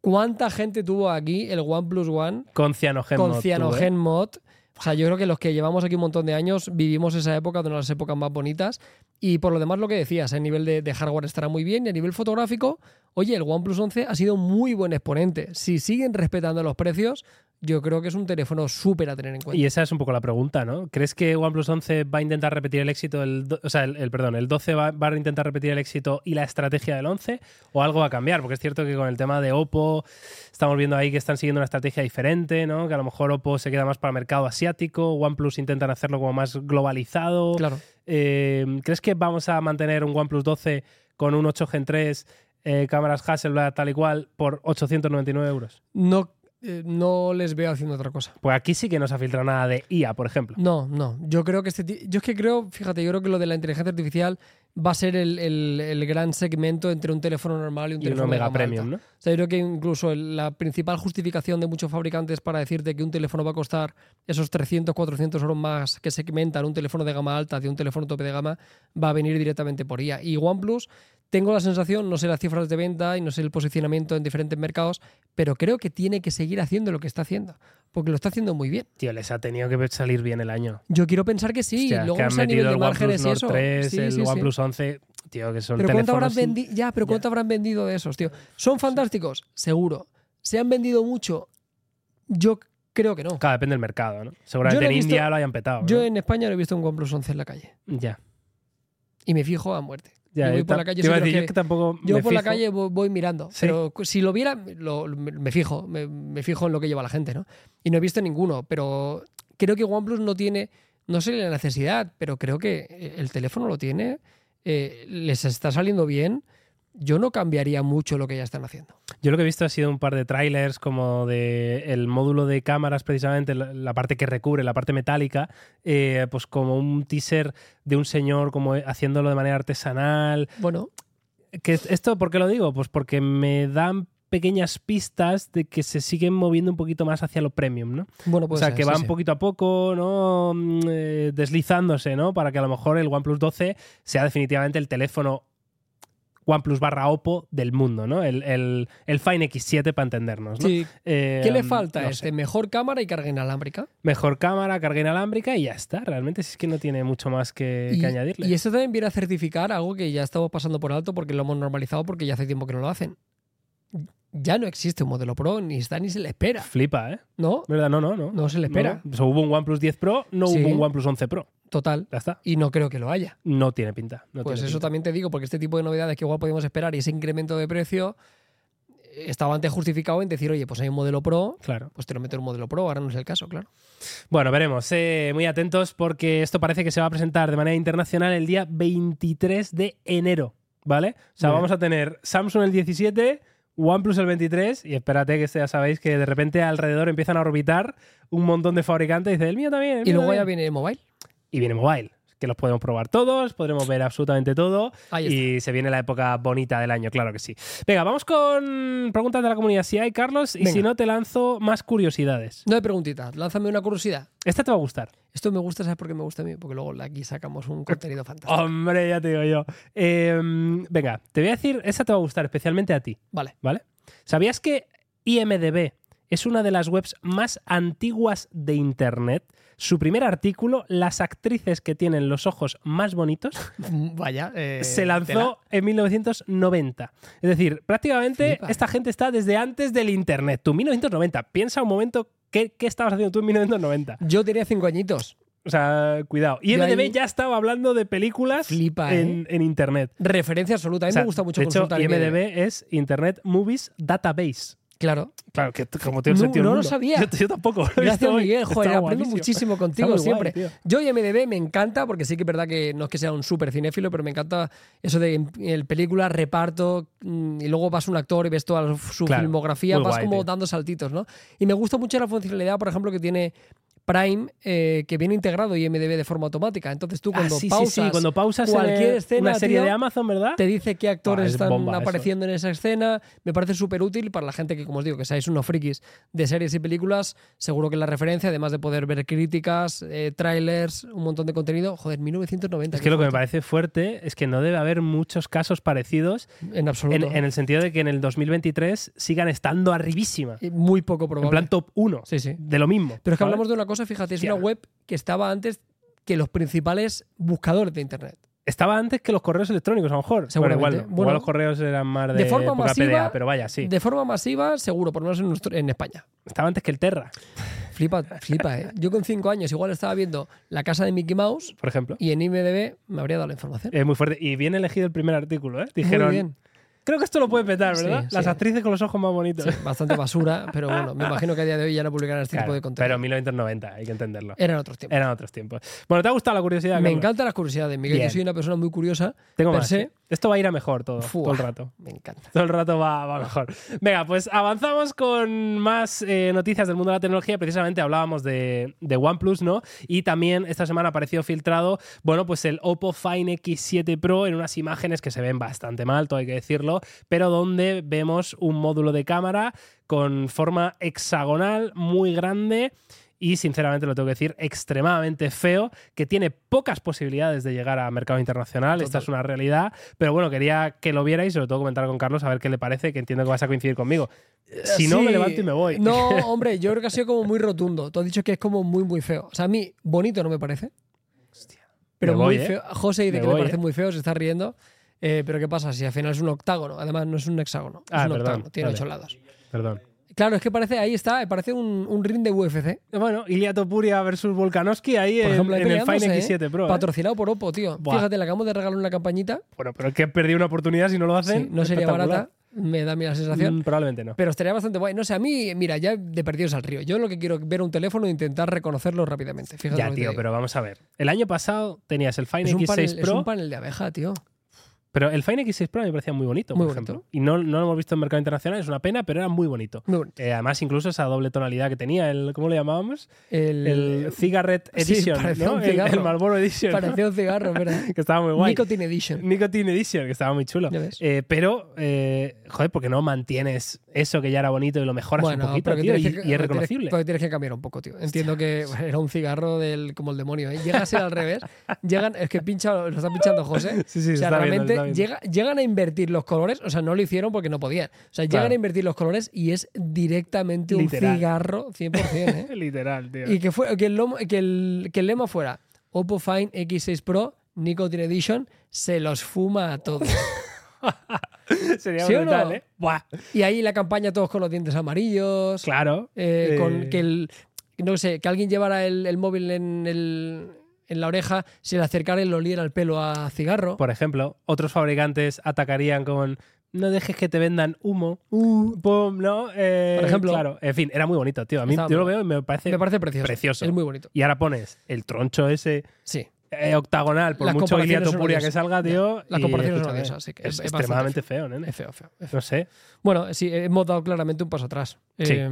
Speaker 2: ¿cuánta gente tuvo aquí el OnePlus One
Speaker 1: Con cianogen.
Speaker 2: con
Speaker 1: mod, tú, ¿eh?
Speaker 2: Cyanogen Mod. O sea, yo creo que los que llevamos aquí un montón de años vivimos esa época, de una de las épocas más bonitas. Y por lo demás, lo que decías, a nivel de, de hardware estará muy bien y a nivel fotográfico, oye, el OnePlus 11 ha sido muy buen exponente. Si siguen respetando los precios, yo creo que es un teléfono súper a tener en cuenta.
Speaker 1: Y esa es un poco la pregunta, ¿no? ¿Crees que OnePlus 11 va a intentar repetir el éxito, del do- o sea, el, el- perdón, el 12 va, va a intentar repetir el éxito y la estrategia del 11 o algo va a cambiar? Porque es cierto que con el tema de Oppo estamos viendo ahí que están siguiendo una estrategia diferente, ¿no? Que a lo mejor Oppo se queda más para el mercado asiático, OnePlus intentan hacerlo como más globalizado.
Speaker 2: Claro.
Speaker 1: Eh, ¿Crees que vamos a mantener un OnePlus 12 con un 8 Gen 3, eh, cámaras Hasselblad tal y cual, por 899 euros?
Speaker 2: No, eh, no les veo haciendo otra cosa.
Speaker 1: Pues aquí sí que no se ha filtrado nada de IA, por ejemplo.
Speaker 2: No, no. Yo creo que este ti- Yo es que creo, fíjate, yo creo que lo de la inteligencia artificial va a ser el, el- el gran segmento entre un teléfono normal y un
Speaker 1: Y un
Speaker 2: teléfono de
Speaker 1: Omega
Speaker 2: gama alta.
Speaker 1: Premium, ¿no?
Speaker 2: O sea, yo creo que incluso el- la principal justificación de muchos fabricantes para decirte que un teléfono va a costar esos 300, 400 euros más que segmentan un teléfono de gama alta de un teléfono tope de gama va a venir directamente por IA. Y OnePlus, tengo la sensación, no sé las cifras de venta y no sé el posicionamiento en diferentes mercados, pero creo que tiene que seguir haciendo lo que está haciendo, porque lo está haciendo muy bien.
Speaker 1: Tío, les ha tenido que salir bien el año.
Speaker 2: Yo quiero pensar que sí,
Speaker 1: Hostia,
Speaker 2: luego
Speaker 1: que
Speaker 2: no
Speaker 1: han
Speaker 2: sé a nivel
Speaker 1: metido
Speaker 2: de
Speaker 1: el OnePlus
Speaker 2: márgenes y
Speaker 1: Nord
Speaker 2: eso.
Speaker 1: 3,
Speaker 2: Sí,
Speaker 1: el
Speaker 2: sí, sí.
Speaker 1: OnePlus 11. Tío, que son
Speaker 2: Pero ¿cuánto
Speaker 1: teléfonos... sin-
Speaker 2: habrán vendi- Ya, pero ¿cuánto habrán vendido de esos, tío? ¿Son fantásticos? Seguro. ¿Se han vendido mucho? Yo creo que no.
Speaker 1: Claro, depende del mercado, ¿no?
Speaker 2: Yo
Speaker 1: Seguramente
Speaker 2: no
Speaker 1: en
Speaker 2: he visto-
Speaker 1: India lo hayan petado. ¿no?
Speaker 2: Yo en España no he visto un OnePlus 11 en la calle.
Speaker 1: Ya.
Speaker 2: Y me fijo a muerte.
Speaker 1: ya
Speaker 2: yo voy
Speaker 1: yo
Speaker 2: por la
Speaker 1: tam-
Speaker 2: calle,
Speaker 1: te iba a
Speaker 2: sí,
Speaker 1: decir, yo
Speaker 2: creo que-
Speaker 1: que tampoco
Speaker 2: Yo
Speaker 1: me
Speaker 2: por la
Speaker 1: fijo.
Speaker 2: calle vo- voy mirando.
Speaker 1: Sí.
Speaker 2: Pero cu- si lo viera, lo- me me fijo. Me, me fijo en lo que lleva la gente, ¿no? Y no he visto ninguno. Pero creo que OnePlus no tiene... No sé la necesidad, pero creo que eh, el teléfono lo tiene. eh, les está saliendo bien. Yo no cambiaría mucho lo que ya están haciendo.
Speaker 1: Yo lo que he visto ha sido un par de trailers como de el módulo de cámaras precisamente, la, la parte que recubre, la parte metálica, eh, pues como un teaser de un señor como haciéndolo de manera artesanal.
Speaker 2: Bueno,
Speaker 1: Que es- ¿Esto por qué lo digo? Pues porque me dan pequeñas pistas de que se siguen moviendo un poquito más hacia lo premium, ¿no?
Speaker 2: bueno,
Speaker 1: o
Speaker 2: pues
Speaker 1: sea, que van poquito a poco, ¿no? Mm, eh, deslizándose, ¿no? Para que a lo mejor el OnePlus 12 sea definitivamente el teléfono OnePlus barra Oppo del mundo, ¿no? El, el, el Fine X7 para entendernos, ¿no?
Speaker 2: Sí,
Speaker 1: Eh,
Speaker 2: ¿Qué le falta a
Speaker 1: no
Speaker 2: este?
Speaker 1: sé.
Speaker 2: ¿Mejor cámara y carga inalámbrica?
Speaker 1: Mejor cámara, carga inalámbrica y ya está. Realmente si es que no tiene mucho más que, Eh, que
Speaker 2: y,
Speaker 1: añadirle.
Speaker 2: y eso también viene a certificar algo que ya estamos pasando por alto porque lo hemos normalizado porque ya hace tiempo que no lo hacen. Ya no existe un modelo Pro, ni está ni se le espera,
Speaker 1: Flipa, ¿eh?
Speaker 2: ¿no?
Speaker 1: ¿Verdad? No, no, no.
Speaker 2: No se le espera.
Speaker 1: No. O sea, hubo un OnePlus 10 Pro, no
Speaker 2: Sí.
Speaker 1: hubo un OnePlus 11 Pro.
Speaker 2: Total.
Speaker 1: Ya está.
Speaker 2: Y no creo que lo haya.
Speaker 1: No tiene pinta. no
Speaker 2: pues
Speaker 1: tiene
Speaker 2: eso
Speaker 1: pinta.
Speaker 2: también te digo, porque este tipo de novedades que igual podíamos esperar y ese incremento de precio eh, estaba antes justificado en decir, oye, pues hay un modelo Pro,
Speaker 1: Claro.
Speaker 2: pues te lo meto en un modelo Pro, ahora no es el caso, claro.
Speaker 1: Bueno, veremos. eh, muy atentos porque esto parece que se va a presentar de manera internacional el día 23 de enero, ¿vale? O sea,
Speaker 2: Muy bien.
Speaker 1: vamos a tener Samsung el 17, OnePlus el 23 y espérate que este ya sabéis que de repente alrededor empiezan a orbitar un montón de fabricantes y dice, el mío también. el
Speaker 2: Y
Speaker 1: mío
Speaker 2: luego ya
Speaker 1: también".
Speaker 2: viene el mobile.
Speaker 1: Y viene mobile, que los podemos probar todos, podremos ver absolutamente todo
Speaker 2: Ahí está.
Speaker 1: y se viene la época bonita del año, claro que sí. Venga, vamos con preguntas de la comunidad, si hay, Carlos, y si
Speaker 2: Venga.
Speaker 1: no te lanzo más curiosidades.
Speaker 2: No hay preguntitas, lánzame una curiosidad.
Speaker 1: Esta te va a gustar.
Speaker 2: Esto me gusta, ¿sabes por qué me gusta a mí? Porque luego aquí sacamos un contenido fantástico.
Speaker 1: Hombre, ya te digo yo. Eh, venga, te voy a decir, esa te va a gustar especialmente a ti,
Speaker 2: Vale.
Speaker 1: ¿vale? ¿Sabías que IMDB es una de las webs más antiguas de Internet? Su primer artículo, Las actrices que tienen los ojos más bonitos,
Speaker 2: Vaya. eh,
Speaker 1: se lanzó
Speaker 2: tela.
Speaker 1: en 1990. Es decir, prácticamente
Speaker 2: Flipa.
Speaker 1: esta gente está desde antes del Internet. Tú, 1990, piensa un momento qué, qué estabas haciendo tú en 1990.
Speaker 2: Yo tenía cinco añitos.
Speaker 1: O sea, cuidado.
Speaker 2: Yo ahí-
Speaker 1: IMDB ya estaba hablando de películas
Speaker 2: Flipa, ¿eh?
Speaker 1: en- en Internet.
Speaker 2: Referencia absoluta. A mí
Speaker 1: O sea,
Speaker 2: me gusta mucho
Speaker 1: de hecho,
Speaker 2: consultar
Speaker 1: IMDB es Internet Movies Database.
Speaker 2: Claro.
Speaker 1: Claro, que t- como tiene
Speaker 2: No-
Speaker 1: sentido. el
Speaker 2: no lo
Speaker 1: mundo.
Speaker 2: sabía.
Speaker 1: Yo, yo tampoco. lo he
Speaker 2: Gracias,
Speaker 1: visto hoy.
Speaker 2: Miguel. Joder,
Speaker 1: Está
Speaker 2: aprendo
Speaker 1: guapísimo.
Speaker 2: muchísimo
Speaker 1: Está
Speaker 2: contigo
Speaker 1: muy guay,
Speaker 2: siempre.
Speaker 1: tío.
Speaker 2: Yo y MDB me encanta, porque sí que es verdad que no es que sea un súper cinéfilo, pero me encanta eso de en- el película, reparto, mm, y luego vas un actor y ves toda su
Speaker 1: Claro,
Speaker 2: filmografía,
Speaker 1: muy
Speaker 2: vas
Speaker 1: guay,
Speaker 2: como
Speaker 1: tío.
Speaker 2: dando saltitos, ¿no? Y me gusta mucho la funcionalidad, por ejemplo, que tiene Prime, eh, que viene integrado IMDB de forma automática. Entonces tú
Speaker 1: Ah,
Speaker 2: cuando
Speaker 1: sí, sí,
Speaker 2: pausas,
Speaker 1: sí, cuando pausas en
Speaker 2: cualquier
Speaker 1: el-
Speaker 2: escena,
Speaker 1: una serie
Speaker 2: tío,
Speaker 1: de Amazon, ¿verdad?
Speaker 2: te dice qué actores
Speaker 1: Ah, es
Speaker 2: están
Speaker 1: bomba eso.
Speaker 2: apareciendo en esa escena. Me parece súper útil para la gente que, como os digo, que seáis unos frikis de series y películas. Seguro que la referencia, además de poder ver críticas, eh, trailers, un montón de contenido. Joder, 1990.
Speaker 1: Es que lo que me
Speaker 2: fuerte.
Speaker 1: parece fuerte es que no debe haber muchos casos parecidos
Speaker 2: En
Speaker 1: en,
Speaker 2: absoluto.
Speaker 1: en el sentido de que en el 2023 sigan estando arribísima.
Speaker 2: Y Muy poco probable.
Speaker 1: En plan top 1.
Speaker 2: Sí, sí.
Speaker 1: De lo mismo.
Speaker 2: Pero es que
Speaker 1: ¿vale?
Speaker 2: hablamos de una cosa, fíjate, es
Speaker 1: Hostia.
Speaker 2: una web que estaba antes que los principales buscadores de Internet.
Speaker 1: Estaba antes que los correos electrónicos, a lo mejor. Bueno,
Speaker 2: Seguramente.
Speaker 1: igual, no. Igual
Speaker 2: Bueno,
Speaker 1: los correos eran más de,
Speaker 2: de forma
Speaker 1: época
Speaker 2: masiva,
Speaker 1: PDA, pero vaya, sí.
Speaker 2: De forma masiva, seguro, por lo menos en, nuestro- en España.
Speaker 1: Estaba antes que el Terra,
Speaker 2: Flipa, flipa, ¿eh? Yo con cinco años igual estaba viendo La casa de Mickey Mouse
Speaker 1: por ejemplo.
Speaker 2: y en IMDB me habría dado la información.
Speaker 1: Es muy fuerte. Y bien elegido el primer artículo, ¿eh?
Speaker 2: Muy
Speaker 1: Dijeron,
Speaker 2: bien.
Speaker 1: Creo que esto lo puede petar,
Speaker 2: Sí,
Speaker 1: ¿verdad?
Speaker 2: sí.
Speaker 1: Las actrices con los ojos más bonitos.
Speaker 2: Sí, bastante basura, pero bueno, me imagino que a día de hoy ya no publicarán este
Speaker 1: Claro,
Speaker 2: tipo de
Speaker 1: pero Eh,
Speaker 2: contenido.
Speaker 1: 1990, hay que entenderlo.
Speaker 2: Eran otros tiempos.
Speaker 1: Eran otros tiempos. Bueno, ¿te ha gustado la curiosidad?
Speaker 2: me
Speaker 1: Carlos?
Speaker 2: encantan las curiosidades, Miguel.
Speaker 1: Bien.
Speaker 2: Yo soy una persona muy curiosa.
Speaker 1: Tengo
Speaker 2: per
Speaker 1: más.
Speaker 2: se.
Speaker 1: Esto va a ir a mejor todo,
Speaker 2: Fua.
Speaker 1: todo el rato.
Speaker 2: Me encanta.
Speaker 1: Todo el rato va, va mejor. Venga, pues avanzamos con más eh, noticias del mundo de la tecnología. Precisamente hablábamos de, de OnePlus, ¿no? Y también esta semana apareció filtrado, bueno, pues el Oppo Fine X7 Pro en unas imágenes que se ven bastante mal, todo hay que decirlo, pero donde vemos un módulo de cámara con forma hexagonal muy grande. Y sinceramente lo tengo que decir, extremadamente feo, que tiene pocas posibilidades de llegar a mercado internacional. Esta
Speaker 2: Total.
Speaker 1: es una realidad. Pero bueno, quería que lo viera y sobre todo comentar con Carlos a ver qué le parece, que entiendo que vas a coincidir conmigo. Si no,
Speaker 2: Eh, Sí.
Speaker 1: me levanto y me voy.
Speaker 2: No, hombre, yo creo que ha sido como muy rotundo. Tú has dicho que es como muy, muy feo. O sea, a mí, bonito no me parece. Pero
Speaker 1: Me voy,
Speaker 2: muy
Speaker 1: ¿eh?
Speaker 2: feo. José dice
Speaker 1: Me
Speaker 2: que
Speaker 1: voy,
Speaker 2: le parece
Speaker 1: ¿eh?
Speaker 2: muy feo, se está riendo. Eh, pero ¿qué pasa? Si al final es un octágono. Además, no es un hexágono. Es
Speaker 1: Ah,
Speaker 2: un
Speaker 1: perdón,
Speaker 2: octágono. Tiene
Speaker 1: vale.
Speaker 2: ocho lados.
Speaker 1: Perdón.
Speaker 2: Claro, es que parece, ahí está, eh, parece un, un ring de UFC.
Speaker 1: Bueno, Ilia Topuria versus Volkanovski ahí
Speaker 2: Por
Speaker 1: en,
Speaker 2: ejemplo, ahí
Speaker 1: en el
Speaker 2: peleándose,
Speaker 1: Fine
Speaker 2: ¿eh?
Speaker 1: X7 Pro. ¿eh?
Speaker 2: Patrocinado por Oppo, tío.
Speaker 1: Buah.
Speaker 2: Fíjate, le acabamos de regalar una campañita.
Speaker 1: Bueno, pero es que perdí una oportunidad si no lo
Speaker 2: Sí,
Speaker 1: hacen.
Speaker 2: no sería
Speaker 1: Espectacular.
Speaker 2: barata, me da a mí la sensación.
Speaker 1: Mm, probablemente no.
Speaker 2: Pero estaría bastante guay. No sé, a mí, mira, ya de perdidos al río. Yo lo que quiero es ver un teléfono e intentar reconocerlo rápidamente. Fíjate
Speaker 1: Ya,
Speaker 2: lo que te
Speaker 1: tío,
Speaker 2: digo.
Speaker 1: pero vamos a ver. El año pasado tenías el Fine
Speaker 2: es un,
Speaker 1: X6
Speaker 2: panel, es
Speaker 1: Pro.
Speaker 2: un panel de abeja, tío.
Speaker 1: Pero el Fine X6 Pro me parecía muy bonito,
Speaker 2: Muy
Speaker 1: por
Speaker 2: bonito.
Speaker 1: ejemplo. Y no, no lo hemos visto en mercado internacional, es una pena, pero era muy bonito.
Speaker 2: Muy bonito.
Speaker 1: Eh, además, incluso esa doble tonalidad que tenía, el, ¿cómo le llamábamos?
Speaker 2: El,
Speaker 1: El Cigarette
Speaker 2: Sí,
Speaker 1: Edition,
Speaker 2: parecía
Speaker 1: ¿no?
Speaker 2: un
Speaker 1: El- el,
Speaker 2: cigarro.
Speaker 1: Marlboro Edition, ¿no?
Speaker 2: parecía un cigarro, ¿verdad?
Speaker 1: que estaba muy guay.
Speaker 2: Nicotine Edition.
Speaker 1: Nicotine Edition, que estaba muy chulo.
Speaker 2: Ya ves.
Speaker 1: Eh, pero, eh, joder, porque no mantienes eso que ya era bonito y lo mejoras un poquito,
Speaker 2: pero que
Speaker 1: tío, y,
Speaker 2: tienes que-
Speaker 1: y es
Speaker 2: pero tienes-
Speaker 1: reconocible.
Speaker 2: pero tienes que cambiar un poco, tío. Entiendo que era un cigarro del, como el demonio, ¿eh? Llega a ser al revés. Llegan, es que pincha, lo está pinchando José.
Speaker 1: Sí, sí,
Speaker 2: o sea,
Speaker 1: está viendo,
Speaker 2: realmente
Speaker 1: está viendo.
Speaker 2: llega- llegan a invertir los colores, o sea, no lo hicieron porque no podían. O sea, llegan
Speaker 1: Claro.
Speaker 2: a invertir los colores y es directamente
Speaker 1: Literal.
Speaker 2: un cigarro 100%, ¿eh?
Speaker 1: Literal, tío.
Speaker 2: y que, fue, que, el lomo- que, el, que el lema fuera Oppo Fine X6 Pro Nicotine Edition se los fuma a todos.
Speaker 1: Sería
Speaker 2: ¿Sí o
Speaker 1: brutal,
Speaker 2: no?
Speaker 1: ¿eh? Buah,
Speaker 2: y ahí la campaña todos con los dientes amarillos.
Speaker 1: claro.
Speaker 2: Eh,
Speaker 1: Eh,
Speaker 2: con que el no sé que alguien llevara el, el móvil en, el- en la oreja se le acercara y lo oliera el pelo a cigarro
Speaker 1: Por ejemplo, otros fabricantes atacarían con no dejes que te vendan humo. Pum, ¿no? Eh,
Speaker 2: Uh. Por ejemplo.
Speaker 1: Claro, en fin, era muy bonito, tío. A mí
Speaker 2: Estaba
Speaker 1: yo lo
Speaker 2: muy
Speaker 1: veo y me parece.
Speaker 2: me parece precioso
Speaker 1: precioso.
Speaker 2: es muy bonito
Speaker 1: Y ahora pones el troncho ese
Speaker 2: sí
Speaker 1: eh, octagonal, por
Speaker 2: Las
Speaker 1: mucho
Speaker 2: comparaciones
Speaker 1: Iliato
Speaker 2: son
Speaker 1: Puria que
Speaker 2: odiosas.
Speaker 1: salga,
Speaker 2: Ya,
Speaker 1: tío.
Speaker 2: las
Speaker 1: y,
Speaker 2: comparaciones son
Speaker 1: escúchame,
Speaker 2: odiosas, así que
Speaker 1: es,
Speaker 2: es bastante
Speaker 1: extremadamente feo, nene.
Speaker 2: es feo, feo, es feo.
Speaker 1: No sé.
Speaker 2: bueno sí hemos dado claramente un paso atrás
Speaker 1: Sí.
Speaker 2: Eh,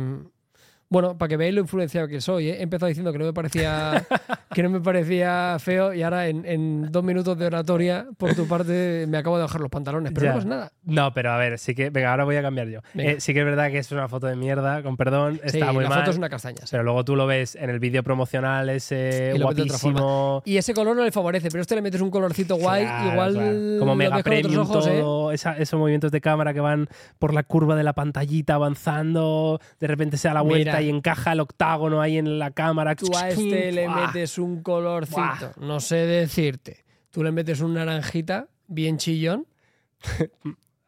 Speaker 2: bueno, para que veáis lo influenciado que soy, ¿eh? he empezado diciendo que no me parecía que no me parecía feo y ahora en, en dos minutos de oratoria por tu parte me acabo de bajar los pantalones, pero
Speaker 1: Ya.
Speaker 2: no pasa nada.
Speaker 1: No, pero a ver, sí que. Venga, ahora voy a cambiar yo.
Speaker 2: Venga.
Speaker 1: Eh, sí que es verdad que es una foto de mierda, con perdón.
Speaker 2: Sí,
Speaker 1: Está muy
Speaker 2: la
Speaker 1: mal.
Speaker 2: foto es una castaña. sí.
Speaker 1: Pero luego tú lo ves en el vídeo promocional, ese
Speaker 2: Y lo ves de otra
Speaker 1: guapísimo.
Speaker 2: Y ese color no le favorece, pero este le metes un colorcito guay,
Speaker 1: Claro,
Speaker 2: igual
Speaker 1: claro.
Speaker 2: lo
Speaker 1: como mega
Speaker 2: ves con otros
Speaker 1: premium
Speaker 2: ojos, ¿eh?
Speaker 1: todo, esa- esos movimientos de cámara que van por la curva de la pantallita avanzando, de repente se da la vuelta
Speaker 2: Mira.
Speaker 1: y encaja el octágono ahí en la cámara.
Speaker 2: Tú a este le
Speaker 1: ¡Buah!
Speaker 2: metes un colorcito,
Speaker 1: Buah.
Speaker 2: no sé decirte. Tú le metes un naranjita bien chillón.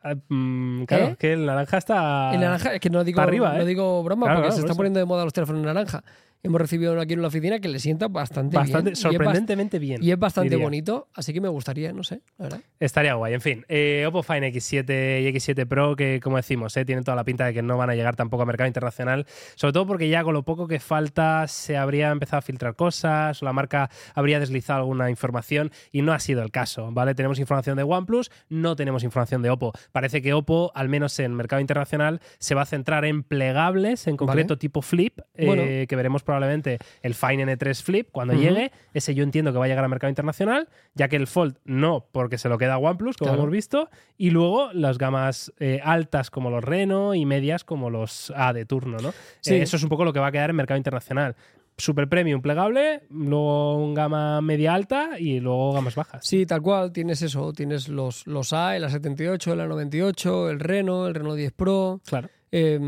Speaker 1: Ah, mm, Claro,
Speaker 2: ¿Eh?
Speaker 1: es que el naranja está.
Speaker 2: El naranja, es que no digo,
Speaker 1: Ah. pa' arriba,
Speaker 2: no
Speaker 1: ¿eh?
Speaker 2: digo broma,
Speaker 1: Claro,
Speaker 2: porque
Speaker 1: claro,
Speaker 2: se
Speaker 1: por
Speaker 2: está
Speaker 1: eso.
Speaker 2: poniendo de moda los teléfonos naranja. hemos recibido aquí en la oficina que le sienta bastante,
Speaker 1: Bastante,
Speaker 2: bien.
Speaker 1: sorprendentemente
Speaker 2: Y es,
Speaker 1: bien.
Speaker 2: bast- y es bastante
Speaker 1: diría.
Speaker 2: bonito, así que me gustaría, no sé, la verdad.
Speaker 1: Estaría guay. En fin, eh, Oppo Fine X7 y X7 Pro, que como decimos, eh, tienen toda la pinta de que no van a llegar tampoco a mercado internacional, sobre todo porque ya con lo poco que falta se habría empezado a filtrar cosas, o la marca habría deslizado alguna información y no ha sido el caso, ¿vale? Tenemos información de OnePlus, no tenemos información de Oppo. Parece que Oppo, al menos en mercado internacional, se va a centrar en plegables, en concreto tipo Flip, eh,
Speaker 2: Bueno.
Speaker 1: que veremos probablemente el Fine N3 Flip cuando
Speaker 2: Ujú.
Speaker 1: llegue. Ese yo entiendo que va a llegar al mercado internacional ya que el Fold no, porque se lo queda OnePlus, como
Speaker 2: Claro.
Speaker 1: hemos visto, y luego las gamas eh, altas como los Reno y medias como los A de turno, ¿no?
Speaker 2: Sí.
Speaker 1: Eh, eso es un poco lo que va a quedar en mercado internacional. Super premium plegable, luego un gama media alta y luego gamas bajas.
Speaker 2: Sí, tal cual, tienes eso, tienes los, los A, el A78, el A98, el Reno, el Reno 10 Pro.
Speaker 1: Claro.
Speaker 2: Eh,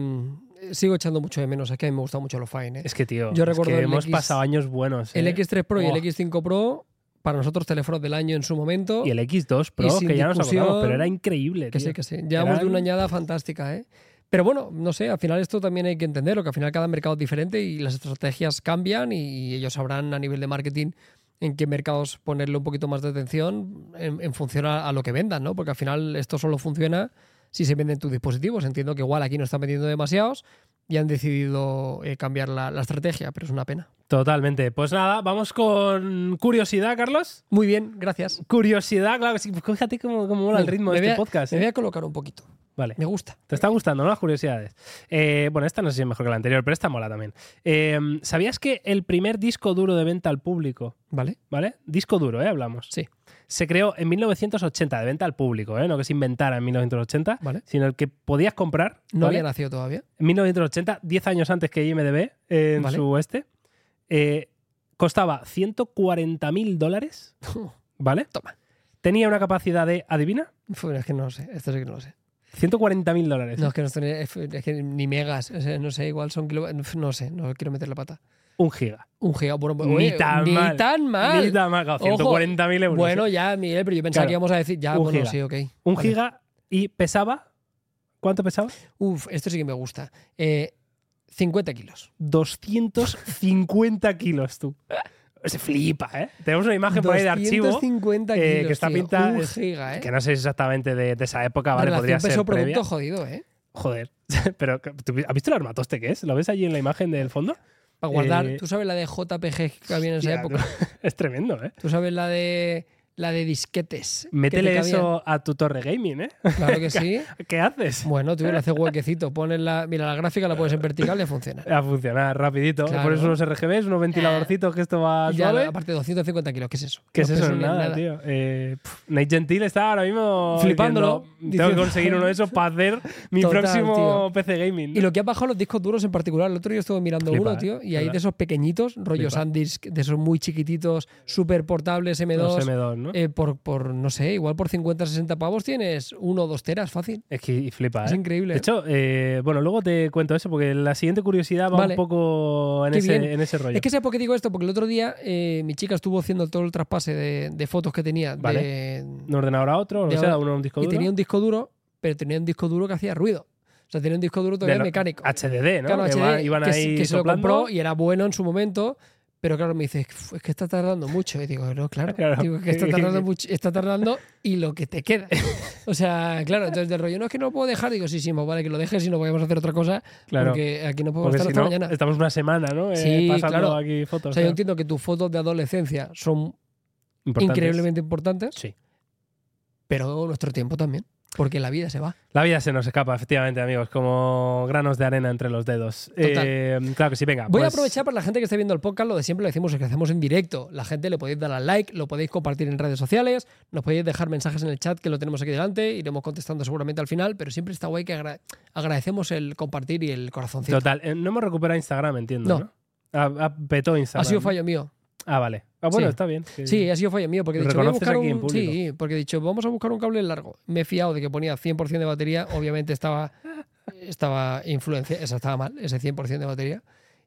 Speaker 2: sigo echando mucho de menos, es que a mí me gustan mucho los Fine. ¿eh?
Speaker 1: Es que, tío,
Speaker 2: Yo
Speaker 1: es
Speaker 2: recuerdo
Speaker 1: que
Speaker 2: el
Speaker 1: hemos
Speaker 2: X-
Speaker 1: pasado años buenos.
Speaker 2: El
Speaker 1: ¿eh?
Speaker 2: X3 Pro y
Speaker 1: Buah.
Speaker 2: el X5 Pro, para nosotros teléfonos del año en su momento.
Speaker 1: Y el X2 Pro,
Speaker 2: Y sin
Speaker 1: que ya nos
Speaker 2: discusión,
Speaker 1: acordamos, pero era increíble,
Speaker 2: Que
Speaker 1: tío.
Speaker 2: sí, que sí. Llevamos de
Speaker 1: Eran-
Speaker 2: una añada fantástica, ¿eh? Pero bueno, no sé, al final esto también hay que entenderlo, que al final cada mercado es diferente y las estrategias cambian y ellos sabrán a nivel de marketing en qué mercados ponerle un poquito más de atención en, en función a, a lo que vendan, ¿no? Porque al final esto solo funciona si se venden tus dispositivos. Entiendo que igual aquí no están vendiendo demasiados y han decidido eh, cambiar la, la estrategia, pero es una pena.
Speaker 1: Totalmente. Pues nada, vamos con curiosidad, Carlos.
Speaker 2: Muy bien, gracias.
Speaker 1: Curiosidad, claro. que sí. Pues Fíjate cómo, cómo mola el
Speaker 2: Mira,
Speaker 1: ritmo
Speaker 2: me
Speaker 1: de
Speaker 2: voy
Speaker 1: este
Speaker 2: a-
Speaker 1: podcast.
Speaker 2: Me
Speaker 1: ¿eh?
Speaker 2: voy a colocar un poquito.
Speaker 1: Vale.
Speaker 2: Me gusta.
Speaker 1: Te está gustando, ¿no? Las curiosidades. Eh, bueno, esta no sé si es mejor que la anterior, pero esta mola también. Eh, ¿Sabías que el primer disco duro de venta al público,
Speaker 2: ¿Vale?
Speaker 1: ¿vale? Disco duro, ¿eh? Hablamos.
Speaker 2: Sí.
Speaker 1: Se creó en 1980, de venta al público, ¿eh? No que se inventara en 1980,
Speaker 2: Vale.
Speaker 1: sino el que podías comprar.
Speaker 2: No
Speaker 1: ¿vale?
Speaker 2: había nacido todavía.
Speaker 1: En 1980, 10 años antes que IMDB, eh, en
Speaker 2: Vale.
Speaker 1: su este, eh, costaba 140 mil dólares, ¿vale?
Speaker 2: Toma.
Speaker 1: Tenía una capacidad de, adivina,
Speaker 2: Fue- Es que no lo sé, esto sí que no lo sé.
Speaker 1: 140 mil dólares.
Speaker 2: No, es que, no estoy- es es que ni megas, o sea, no sé, igual son kilo- no sé, no quiero meter la pata.
Speaker 1: Un giga.
Speaker 2: Un giga, bueno,
Speaker 1: Ni
Speaker 2: oye,
Speaker 1: tan
Speaker 2: ni
Speaker 1: mal.
Speaker 2: tan mal.
Speaker 1: Ni nada más, claro, 140.000 euros.
Speaker 2: Bueno, ya, Miguel, pero yo pensaba
Speaker 1: Claro.
Speaker 2: que íbamos a decir, ya,
Speaker 1: Un
Speaker 2: bueno,
Speaker 1: giga.
Speaker 2: sí, ok.
Speaker 1: Un
Speaker 2: Vale.
Speaker 1: giga y pesaba. ¿Cuánto pesaba?
Speaker 2: Uf, esto sí que me gusta. Eh, 50 kilos.
Speaker 1: 250 kilos, tú. Se flipa, ¿eh? Tenemos una imagen por ahí de archivo
Speaker 2: 250
Speaker 1: eh, que
Speaker 2: kilos,
Speaker 1: está
Speaker 2: tío.
Speaker 1: pinta-
Speaker 2: Un
Speaker 1: es-
Speaker 2: giga, ¿eh?
Speaker 1: que no sé exactamente de, de esa época, ¿vale?
Speaker 2: Relación
Speaker 1: Podría ser
Speaker 2: peso producto
Speaker 1: previa.
Speaker 2: jodido, ¿eh?
Speaker 1: Joder. Pero, ¿tú ¿has visto el armatoste que es? ¿Lo ves allí en la imagen del fondo?
Speaker 2: Para guardar,
Speaker 1: Eh,
Speaker 2: tú sabes la de JPG que había en esa
Speaker 1: Hostia,
Speaker 2: época.
Speaker 1: tú- Es tremendo, ¿eh?
Speaker 2: Tú sabes la de la de disquetes. que te
Speaker 1: Métele
Speaker 2: cabían.
Speaker 1: eso a tu torre gaming, ¿eh?
Speaker 2: Claro que sí.
Speaker 1: ¿Qué haces?
Speaker 2: Bueno, tú le haces huequecito, pones la, mira, la gráfica la pones en vertical y ya funciona.
Speaker 1: A funcionar rapidito.
Speaker 2: Claro.
Speaker 1: Pones unos RGBs, unos ventiladorcitos que esto va
Speaker 2: Y ya,
Speaker 1: suave.
Speaker 2: aparte, 250 kilos, ¿qué es eso?
Speaker 1: ¿Qué
Speaker 2: No
Speaker 1: Ah, es eso?
Speaker 2: peso ni
Speaker 1: Nada,
Speaker 2: nada.
Speaker 1: tío. Eh, pf, Nate Gentil está ahora mismo
Speaker 2: Flipándolo,
Speaker 1: diciendo, Tengo que
Speaker 2: diciendo-
Speaker 1: conseguir uno de esos para hacer mi
Speaker 2: Total,
Speaker 1: próximo PC gaming. ¿no?
Speaker 2: Y lo que has bajado los discos duros en particular, el otro día estuve mirando
Speaker 1: Flipa,
Speaker 2: uno,
Speaker 1: ¿eh?
Speaker 2: tío, y hay
Speaker 1: ¿Verdad?
Speaker 2: de esos pequeñitos, rollo
Speaker 1: Flipa.
Speaker 2: SanDisk, de esos muy chiquititos, súper portables M2,
Speaker 1: Los M2, ¿no?
Speaker 2: eh, por, por, no sé, igual por 50, 60 pavos tienes uno o dos teras, fácil.
Speaker 1: es que flipa,
Speaker 2: Es
Speaker 1: ¿eh?
Speaker 2: increíble.
Speaker 1: De hecho, eh, bueno, luego te cuento eso porque la siguiente curiosidad va
Speaker 2: Vale.
Speaker 1: un poco en
Speaker 2: Qué
Speaker 1: ese,
Speaker 2: bien.
Speaker 1: en ese rollo.
Speaker 2: Es que sé por qué digo esto, porque el otro día eh, mi chica estuvo haciendo todo el traspase de, de fotos que tenía de-
Speaker 1: Vale. De un ordenador a otro, o lo
Speaker 2: de
Speaker 1: que sea,
Speaker 2: ahora-
Speaker 1: uno a un disco
Speaker 2: y
Speaker 1: duro.
Speaker 2: tenía un disco duro, pero tenía un disco duro que hacía ruido. O sea, tenía un disco duro
Speaker 1: De
Speaker 2: todavía
Speaker 1: lo-
Speaker 2: mecánico.
Speaker 1: HDD, ¿no?
Speaker 2: Claro,
Speaker 1: que
Speaker 2: HD,
Speaker 1: va- iban
Speaker 2: que,
Speaker 1: ahí
Speaker 2: que se lo
Speaker 1: soplando.
Speaker 2: compró y era bueno en su momento, pero claro, me dice, "Uf, es que está tardando mucho. Y digo, no, claro,
Speaker 1: Claro.
Speaker 2: digo, que está tardando mucho, está tardando y lo que te queda. O sea, claro, entonces del rollo, no es que no lo puedo dejar, digo, sí, sí, mo, vale, que lo dejes y no vayamos a hacer otra cosa,
Speaker 1: Claro.
Speaker 2: porque aquí no
Speaker 1: Porque
Speaker 2: podemos
Speaker 1: si
Speaker 2: estar hasta
Speaker 1: no,
Speaker 2: mañana.
Speaker 1: estamos una semana, ¿no? Eh,
Speaker 2: Sí,
Speaker 1: pasando
Speaker 2: claro.
Speaker 1: aquí fotos.
Speaker 2: O sea, yo
Speaker 1: claro.
Speaker 2: entiendo que tus fotos de adolescencia son
Speaker 1: Importantes.
Speaker 2: increíblemente importantes,
Speaker 1: Sí.
Speaker 2: pero nuestro tiempo también, porque la vida se va.
Speaker 1: La vida se nos escapa, efectivamente, amigos, como granos de arena entre los dedos.
Speaker 2: Total.
Speaker 1: Eh, claro que sí, venga.
Speaker 2: Voy a
Speaker 1: pues-
Speaker 2: aprovechar para la gente que esté viendo el podcast, lo de siempre lo decimos, es que hacemos en directo. La gente le podéis dar al like, lo podéis compartir en redes sociales, nos podéis dejar mensajes en el chat que lo tenemos aquí delante, iremos contestando seguramente al final, pero siempre está guay que agra- agradecemos el compartir y el corazoncito.
Speaker 1: Total, eh, no hemos recuperado Instagram, entiendo. No.
Speaker 2: No.
Speaker 1: Ah, ah, petó
Speaker 2: Ha
Speaker 1: Instagram.
Speaker 2: sido fallo mío.
Speaker 1: Ah, vale. Ah, bueno,
Speaker 2: Sí.
Speaker 1: está bien. que-
Speaker 2: Sí, ha sido fallo mío, porque he
Speaker 1: Lo
Speaker 2: dicho, voy a
Speaker 1: reconoces
Speaker 2: buscar
Speaker 1: aquí en
Speaker 2: un...
Speaker 1: público.
Speaker 2: Sí, porque he dicho, vamos a buscar un cable largo. Me he fiado de que ponía 100% de batería, obviamente estaba, estaba influencia, esa estaba mal, ese 100% de batería,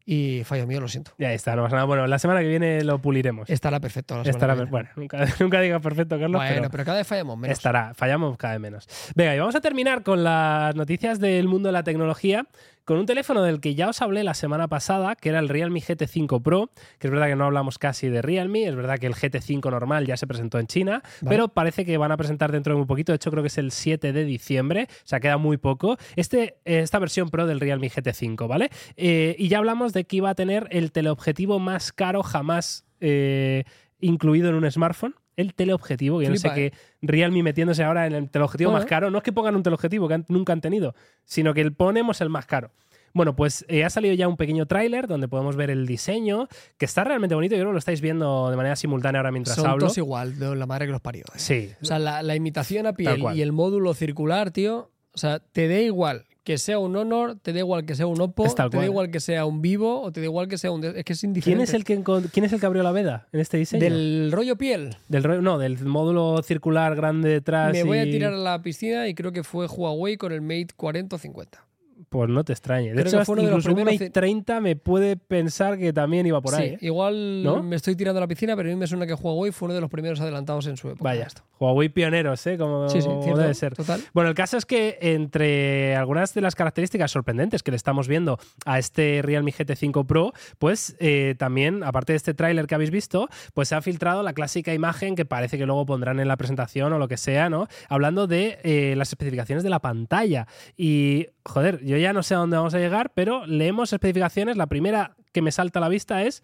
Speaker 2: y fallo mío, lo siento.
Speaker 1: Ya está, no pasa nada. Bueno, la semana que viene lo puliremos.
Speaker 2: Estará perfecto. La semana
Speaker 1: Estará,
Speaker 2: que viene.
Speaker 1: bueno, nunca, nunca digas perfecto, Carlos,
Speaker 2: Bueno,
Speaker 1: pero
Speaker 2: pero cada vez fallamos menos.
Speaker 1: estará. Fallamos cada vez menos. Venga, y vamos a terminar con las noticias del mundo de la tecnología con un teléfono del que ya os hablé la semana pasada, que era el Realme GT5 Pro, que es verdad que no hablamos casi de Realme, es verdad que el GT5 normal ya se presentó en China,
Speaker 2: Vale.
Speaker 1: pero parece que van a presentar dentro de muy poquito, de hecho creo que es el 7 de diciembre, o sea, queda muy poco, este, eh, esta versión Pro del Realme GT5, ¿vale? Eh, y ya hablamos de que iba a tener el teleobjetivo más caro jamás eh, incluido en un smartphone. El teleobjetivo, que yo no sé
Speaker 2: Flipa,
Speaker 1: qué Realme metiéndose ahora en el teleobjetivo
Speaker 2: Bueno.
Speaker 1: más caro. No es que pongan un teleobjetivo que han- nunca han tenido, sino que el ponemos el más caro. Bueno, pues eh, ha salido ya un pequeño tráiler donde podemos ver el diseño, que está realmente bonito. Yo creo que lo estáis viendo de manera simultánea ahora mientras
Speaker 2: Son
Speaker 1: hablo.
Speaker 2: todos igual, de la madre que los parió. ¿eh?
Speaker 1: Sí,
Speaker 2: O sea, la, la imitación a
Speaker 1: Tal
Speaker 2: piel
Speaker 1: cual.
Speaker 2: y el módulo circular, tío. O sea, te da igual que sea un Honor, te da igual que sea un Oppo,
Speaker 1: Es tal
Speaker 2: te da
Speaker 1: cual.
Speaker 2: igual que sea un Vivo o te da igual que sea un. de- Es que es
Speaker 1: ¿Quién
Speaker 2: indiferente.
Speaker 1: es, el que, encon- ¿Quién es el que abrió la veda en este diseño?
Speaker 2: Del rollo piel.
Speaker 1: Del ro- no, del módulo circular grande detrás.
Speaker 2: Me voy a
Speaker 1: y-
Speaker 2: tirar a la piscina y creo que fue Huawei con el Mate 40 o 50.
Speaker 1: Pues no te extrañe. De
Speaker 2: Creo
Speaker 1: hecho,
Speaker 2: que fue uno de los
Speaker 1: incluso un
Speaker 2: primeros
Speaker 1: Mate
Speaker 2: ce-
Speaker 1: 30 me puede pensar que también iba por
Speaker 2: Sí,
Speaker 1: ahí. ¿eh?
Speaker 2: Igual
Speaker 1: ¿No?
Speaker 2: me estoy tirando a la piscina, pero a mí me suena que Huawei fue uno de los primeros adelantados en su época.
Speaker 1: Vaya, Huawei pioneros, ¿eh? Como
Speaker 2: Sí, sí, cierto,
Speaker 1: debe ser.
Speaker 2: Total.
Speaker 1: Bueno, el caso es que entre algunas de las características sorprendentes que le estamos viendo a este Realme GT5 Pro, pues eh, también, aparte de este tráiler que habéis visto, pues se ha filtrado la clásica imagen que parece que luego pondrán en la presentación o lo que sea, ¿no? Hablando de eh, las especificaciones de la pantalla. Y, joder, yo ya no sé a dónde vamos a llegar, pero leemos especificaciones. La primera que me salta a la vista es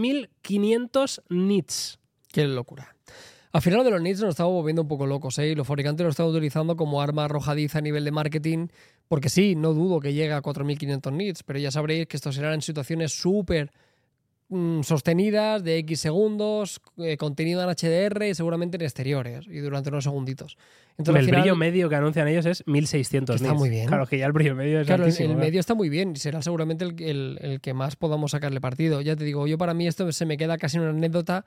Speaker 1: 4500 nits.
Speaker 2: Qué locura. Al final lo de los nits nos estamos volviendo un poco locos, ¿eh? Y los fabricantes lo están utilizando como arma arrojadiza a nivel de marketing, porque sí, no dudo que llegue a 4.500 nits, pero ya sabréis que estos serán en situaciones súper mm, sostenidas, de X segundos, eh, contenido en HDR y seguramente en exteriores, y durante unos segunditos.
Speaker 1: el
Speaker 2: al final-
Speaker 1: brillo medio que anuncian ellos es 1600
Speaker 2: Que está
Speaker 1: nits.
Speaker 2: muy bien.
Speaker 1: Claro, que ya el brillo medio es
Speaker 2: Claro, el,
Speaker 1: altísimo,
Speaker 2: el
Speaker 1: claro.
Speaker 2: medio está muy bien y será seguramente el, el- el que más podamos sacarle partido. Ya te digo, yo para mí esto se me queda casi una anécdota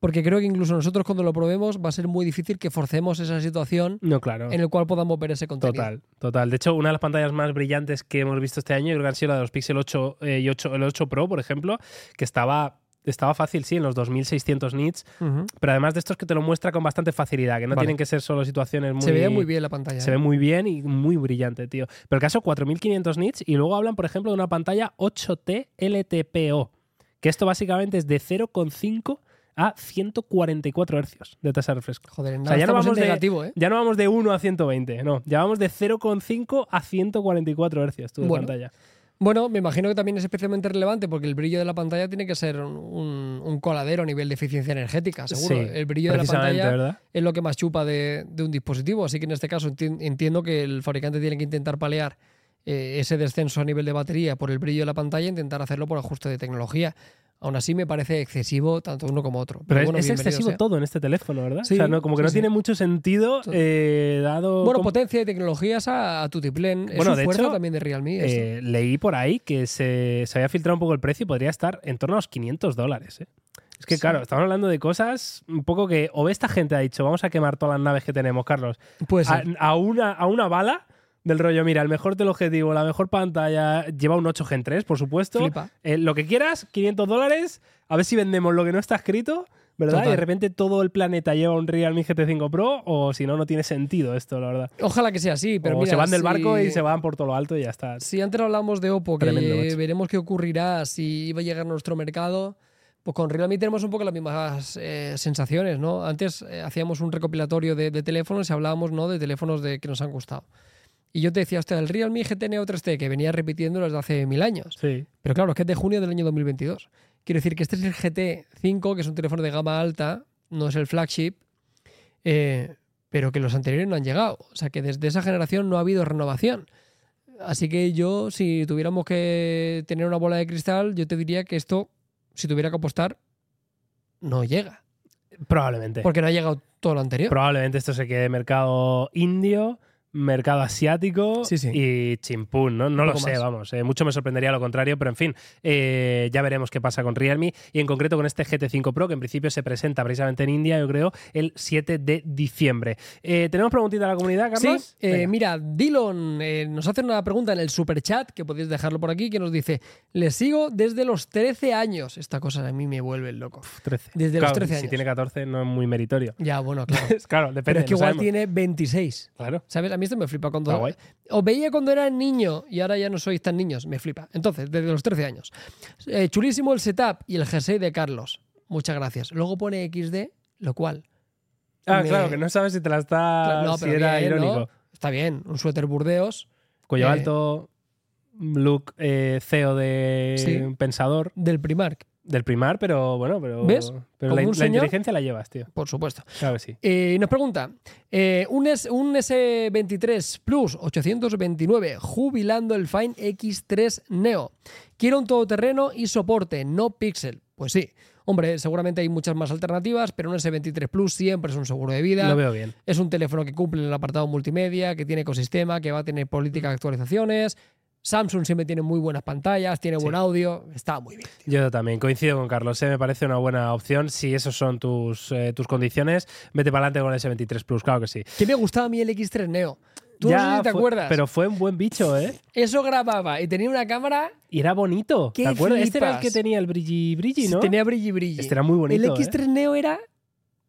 Speaker 2: porque creo que incluso nosotros cuando lo probemos va a ser muy difícil que forcemos esa situación
Speaker 1: No, claro.
Speaker 2: en el cual podamos ver ese contenido.
Speaker 1: Total, total. De hecho, una de las pantallas más brillantes que hemos visto este año, yo creo que han sido la de los Pixel 8 eh, y 8, el 8 Pro, por ejemplo, que estaba, estaba fácil, sí, en los 2600 nits,
Speaker 2: Ujú.
Speaker 1: pero además de estos que te lo muestra con bastante facilidad, que no
Speaker 2: Vale.
Speaker 1: tienen que ser solo situaciones muy...
Speaker 2: Se veía muy bien la pantalla.
Speaker 1: Se
Speaker 2: ¿eh?
Speaker 1: ve muy bien y muy brillante, tío. Pero el caso, 4500 nits y luego hablan, por ejemplo, de una pantalla 8T LTPO, que esto básicamente es de 0,5 a 144 hercios de tasa de refresco.
Speaker 2: Joder, en
Speaker 1: O
Speaker 2: nada,
Speaker 1: sea, ya no
Speaker 2: estamos en
Speaker 1: vamos de-
Speaker 2: negativo, ¿eh?
Speaker 1: Ya no vamos de 1 a 120, no. Ya vamos de 0,5 a 144 hercios tú de
Speaker 2: Bueno.
Speaker 1: pantalla.
Speaker 2: Bueno, me imagino que también es especialmente relevante porque el brillo de la pantalla tiene que ser un, un- un coladero a nivel de eficiencia energética, seguro.
Speaker 1: Sí,
Speaker 2: el brillo de la
Speaker 1: precisamente,
Speaker 2: pantalla
Speaker 1: ¿verdad?
Speaker 2: es lo que más chupa de, de un dispositivo. Así que en este caso enti- entiendo que el fabricante tiene que intentar paliar eh, ese descenso a nivel de batería por el brillo de la pantalla e intentar hacerlo por ajuste de tecnología. Aún así me parece excesivo tanto uno como otro.
Speaker 1: Pero es,
Speaker 2: bueno,
Speaker 1: es
Speaker 2: bienvenido
Speaker 1: excesivo
Speaker 2: sea.
Speaker 1: todo en este teléfono, ¿verdad?
Speaker 2: Sí,
Speaker 1: o sea, no, como que
Speaker 2: sí,
Speaker 1: no
Speaker 2: sí.
Speaker 1: tiene mucho sentido
Speaker 2: Todo.
Speaker 1: eh, dado...
Speaker 2: Bueno,
Speaker 1: cómo-
Speaker 2: potencia y tecnologías a, a tutiplén. Es
Speaker 1: Bueno,
Speaker 2: un
Speaker 1: de
Speaker 2: fuerza
Speaker 1: hecho,
Speaker 2: también de Realme. esto.
Speaker 1: eh, leí por ahí que se, se había filtrado un poco el precio y podría estar en torno a los 500 dólares. ¿eh? Es que,
Speaker 2: Sí.
Speaker 1: claro, estamos hablando de cosas un poco que o esta gente ha dicho, vamos a quemar todas las naves que tenemos, Carlos,
Speaker 2: Puede ser.
Speaker 1: a, a una, a una bala del rollo, mira, el mejor teleobjetivo, la mejor pantalla, lleva un 8 Gen 3, por supuesto.
Speaker 2: Flipa.
Speaker 1: Eh, lo que quieras, 500 dólares, a ver si vendemos lo que no está escrito, ¿verdad?
Speaker 2: Total.
Speaker 1: Y de repente todo el planeta lleva un Realme GT5 Pro, o si no, no tiene sentido esto, la verdad.
Speaker 2: Ojalá que sea así, pero
Speaker 1: o
Speaker 2: mira,
Speaker 1: se van del
Speaker 2: si-
Speaker 1: barco y se van por todo lo alto y ya está.
Speaker 2: Si antes hablamos de Oppo, que
Speaker 1: Tremendo, macho.
Speaker 2: veremos qué ocurrirá si va a llegar a nuestro mercado, pues con Realme tenemos un poco las mismas eh, sensaciones, ¿no? Antes eh, hacíamos un recopilatorio de, de teléfonos y hablábamos, ¿no? De teléfonos de, que nos han gustado. Y yo te decía, hostia, el Realme GT Neo 3T, que venía repitiéndolo desde hace mil años.
Speaker 1: Sí.
Speaker 2: Pero claro, es que es de junio del año 2022. Quiero decir que este es el GT5, que es un teléfono de gama alta, no es el flagship, eh, pero que los anteriores no han llegado. O sea que desde esa generación no ha habido renovación. Así que yo, si tuviéramos que tener una bola de cristal, yo te diría que esto, si tuviera que apostar, no llega.
Speaker 1: Probablemente.
Speaker 2: Porque no ha llegado todo lo anterior.
Speaker 1: Probablemente esto se quede mercado indio, mercado asiático
Speaker 2: Sí, sí.
Speaker 1: y chimpún, ¿no? No lo
Speaker 2: poco
Speaker 1: sé,
Speaker 2: más.
Speaker 1: vamos. eh, mucho me sorprendería lo contrario, pero en fin, eh, ya veremos qué pasa con Realme y en concreto con este GT5 Pro, que en principio se presenta precisamente en India, yo creo, el 7 de diciembre. Eh, ¿Tenemos preguntita a la comunidad,
Speaker 2: Sí,
Speaker 1: Carlos?
Speaker 2: eh,
Speaker 1: Venga.
Speaker 2: mira, Dillon eh, nos hace una pregunta en el superchat, que podéis dejarlo por aquí, que nos dice, le sigo desde los 13 años. Esta cosa a mí me vuelve loco.
Speaker 1: 13.
Speaker 2: desde los
Speaker 1: Claro,
Speaker 2: 13
Speaker 1: Si
Speaker 2: años.
Speaker 1: tiene 14 no es muy meritorio.
Speaker 2: Ya, bueno, claro.
Speaker 1: claro, depende.
Speaker 2: Pero es que
Speaker 1: lo
Speaker 2: igual
Speaker 1: sabemos.
Speaker 2: tiene 26.
Speaker 1: Claro.
Speaker 2: ¿Sabes? A mí esto me flipa cuando.
Speaker 1: Está guay.
Speaker 2: Os veía cuando era niño y ahora ya no sois tan niños. Me flipa. Entonces, desde los 13 años. Eh, chulísimo el setup y el jersey de Carlos. Muchas gracias. Luego pone XD, lo cual.
Speaker 1: Ah,
Speaker 2: me-
Speaker 1: claro, que no sabes si te la está.
Speaker 2: Cla- no,
Speaker 1: si
Speaker 2: pero
Speaker 1: Ah, era
Speaker 2: bien, ¿no?
Speaker 1: irónico.
Speaker 2: Está bien, un suéter burdeos
Speaker 1: Cuello
Speaker 2: Eh,
Speaker 1: alto, look eh, CEO de
Speaker 2: Sí.
Speaker 1: pensador
Speaker 2: del Primark,
Speaker 1: del primar, pero bueno, pero,
Speaker 2: ¿Ves?
Speaker 1: pero
Speaker 2: Como
Speaker 1: la,
Speaker 2: un
Speaker 1: la
Speaker 2: señor.
Speaker 1: inteligencia la llevas, tío.
Speaker 2: por supuesto.
Speaker 1: Claro que sí.
Speaker 2: Eh, y nos pregunta, eh, un, S, un S23 Plus 829 jubilando el Fine X3 Neo. Quiero un todoterreno y soporte, no pixel. Pues sí, hombre, seguramente hay muchas más alternativas, pero un S23 Plus siempre es un seguro de vida.
Speaker 1: Lo veo bien.
Speaker 2: Es un teléfono que cumple el apartado multimedia, que tiene ecosistema, que va a tener política de actualizaciones. Samsung siempre tiene muy buenas pantallas, tiene buen
Speaker 1: Sí.
Speaker 2: audio, está muy bien. tío.
Speaker 1: Yo también coincido con Carlos, ¿eh? me parece una buena opción. Si esos son tus, eh, tus condiciones, vete para adelante con el S23 Plus, claro que sí.
Speaker 2: Que me gustaba a mí el X3 Neo. Tú no sé si te
Speaker 1: fue-
Speaker 2: acuerdas.
Speaker 1: Pero fue un buen bicho, ¿eh?
Speaker 2: Eso grababa y tenía una cámara
Speaker 1: Y era bonito.
Speaker 2: ¡Qué
Speaker 1: ¿Te acuerdas? Este era el
Speaker 2: flipas!
Speaker 1: que tenía el brilli brilli,
Speaker 2: Sí,
Speaker 1: ¿no?
Speaker 2: Tenía brilli brilli.
Speaker 1: Este era muy bonito.
Speaker 2: el
Speaker 1: ¿eh?
Speaker 2: X3 Neo era.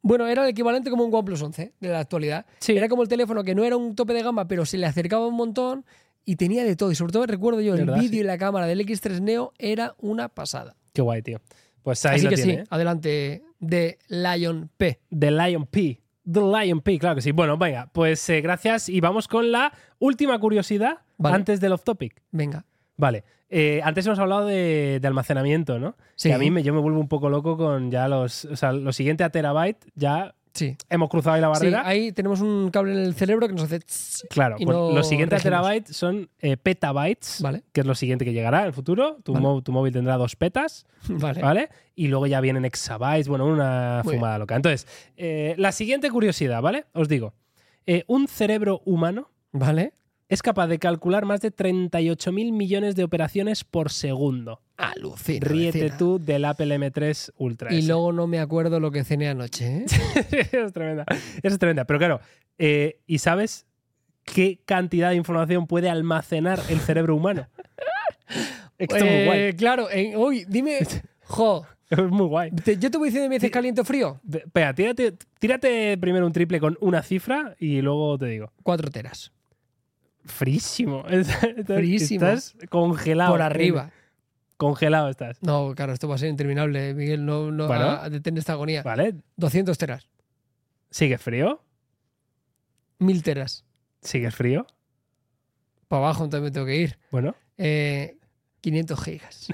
Speaker 2: Bueno, era el equivalente como un OnePlus 11 de la actualidad.
Speaker 1: Sí.
Speaker 2: Era como el teléfono que no era un tope de gama, pero se le acercaba un montón y tenía de todo. Y sobre todo recuerdo yo, el
Speaker 1: ¿Verdad?
Speaker 2: vídeo y la cámara del X3 Neo era una pasada.
Speaker 1: Qué guay, tío. Pues ahí
Speaker 2: Así
Speaker 1: lo
Speaker 2: que
Speaker 1: tiene.
Speaker 2: sí,
Speaker 1: ¿eh?
Speaker 2: adelante de Lion P.
Speaker 1: The Lion P. The Lion P, claro que sí. Bueno, venga, pues eh, gracias y vamos con la última curiosidad
Speaker 2: Vale.
Speaker 1: antes del off topic.
Speaker 2: Venga.
Speaker 1: Vale, eh, antes hemos hablado de, de almacenamiento, ¿no?
Speaker 2: Sí,
Speaker 1: Que a mí me, yo me vuelvo un poco loco con ya los. O sea, lo siguiente a terabyte, ya
Speaker 2: sí.
Speaker 1: hemos cruzado ahí la
Speaker 2: Sí,
Speaker 1: barrera.
Speaker 2: ahí tenemos un cable en el cerebro que nos hace. tss.
Speaker 1: Claro,
Speaker 2: y
Speaker 1: pues
Speaker 2: no
Speaker 1: lo siguiente a
Speaker 2: regimos.
Speaker 1: terabyte son eh, petabytes,
Speaker 2: Vale,
Speaker 1: que es lo siguiente que llegará en el futuro. Tu,
Speaker 2: Vale.
Speaker 1: mó- tu móvil tendrá dos petas.
Speaker 2: vale.
Speaker 1: ¿Vale? Y luego ya vienen exabytes, bueno, una
Speaker 2: Muy
Speaker 1: fumada loca. Entonces, eh, la siguiente curiosidad, ¿vale? Os digo, eh, un cerebro humano
Speaker 2: Vale.
Speaker 1: es capaz de calcular más de 38.000 millones de operaciones por segundo.
Speaker 2: Alucina.
Speaker 1: Ríete
Speaker 2: vecina.
Speaker 1: tú del Apple M3 Ultra.
Speaker 2: Y
Speaker 1: S.
Speaker 2: luego no me acuerdo lo que cené anoche. ¿eh?
Speaker 1: es tremenda, es tremenda. Pero claro, eh, ¿y sabes qué cantidad de información puede almacenar el cerebro humano? Es que esto es muy guay.
Speaker 2: Eh, Claro, en- uy, dime. Jo,
Speaker 1: Es muy guay.
Speaker 2: te- yo te voy diciendo, me dices caliente o frío.
Speaker 1: Ve- Espera, tírate, tírate primero un triple con una cifra y luego te digo.
Speaker 2: Cuatro teras.
Speaker 1: Frísimo. Estás,
Speaker 2: Frísimo.
Speaker 1: Estás congelado.
Speaker 2: por arriba.
Speaker 1: Congelado estás.
Speaker 2: No, claro, esto va a ser interminable, Miguel. No, no
Speaker 1: Bueno.
Speaker 2: a- a detén esta agonía.
Speaker 1: ¿Vale?
Speaker 2: 200 teras.
Speaker 1: ¿Sigue frío?
Speaker 2: 1000 teras.
Speaker 1: ¿Sigue frío?
Speaker 2: Para abajo entonces me tengo que ir.
Speaker 1: Bueno,
Speaker 2: Eh, 500 gigas.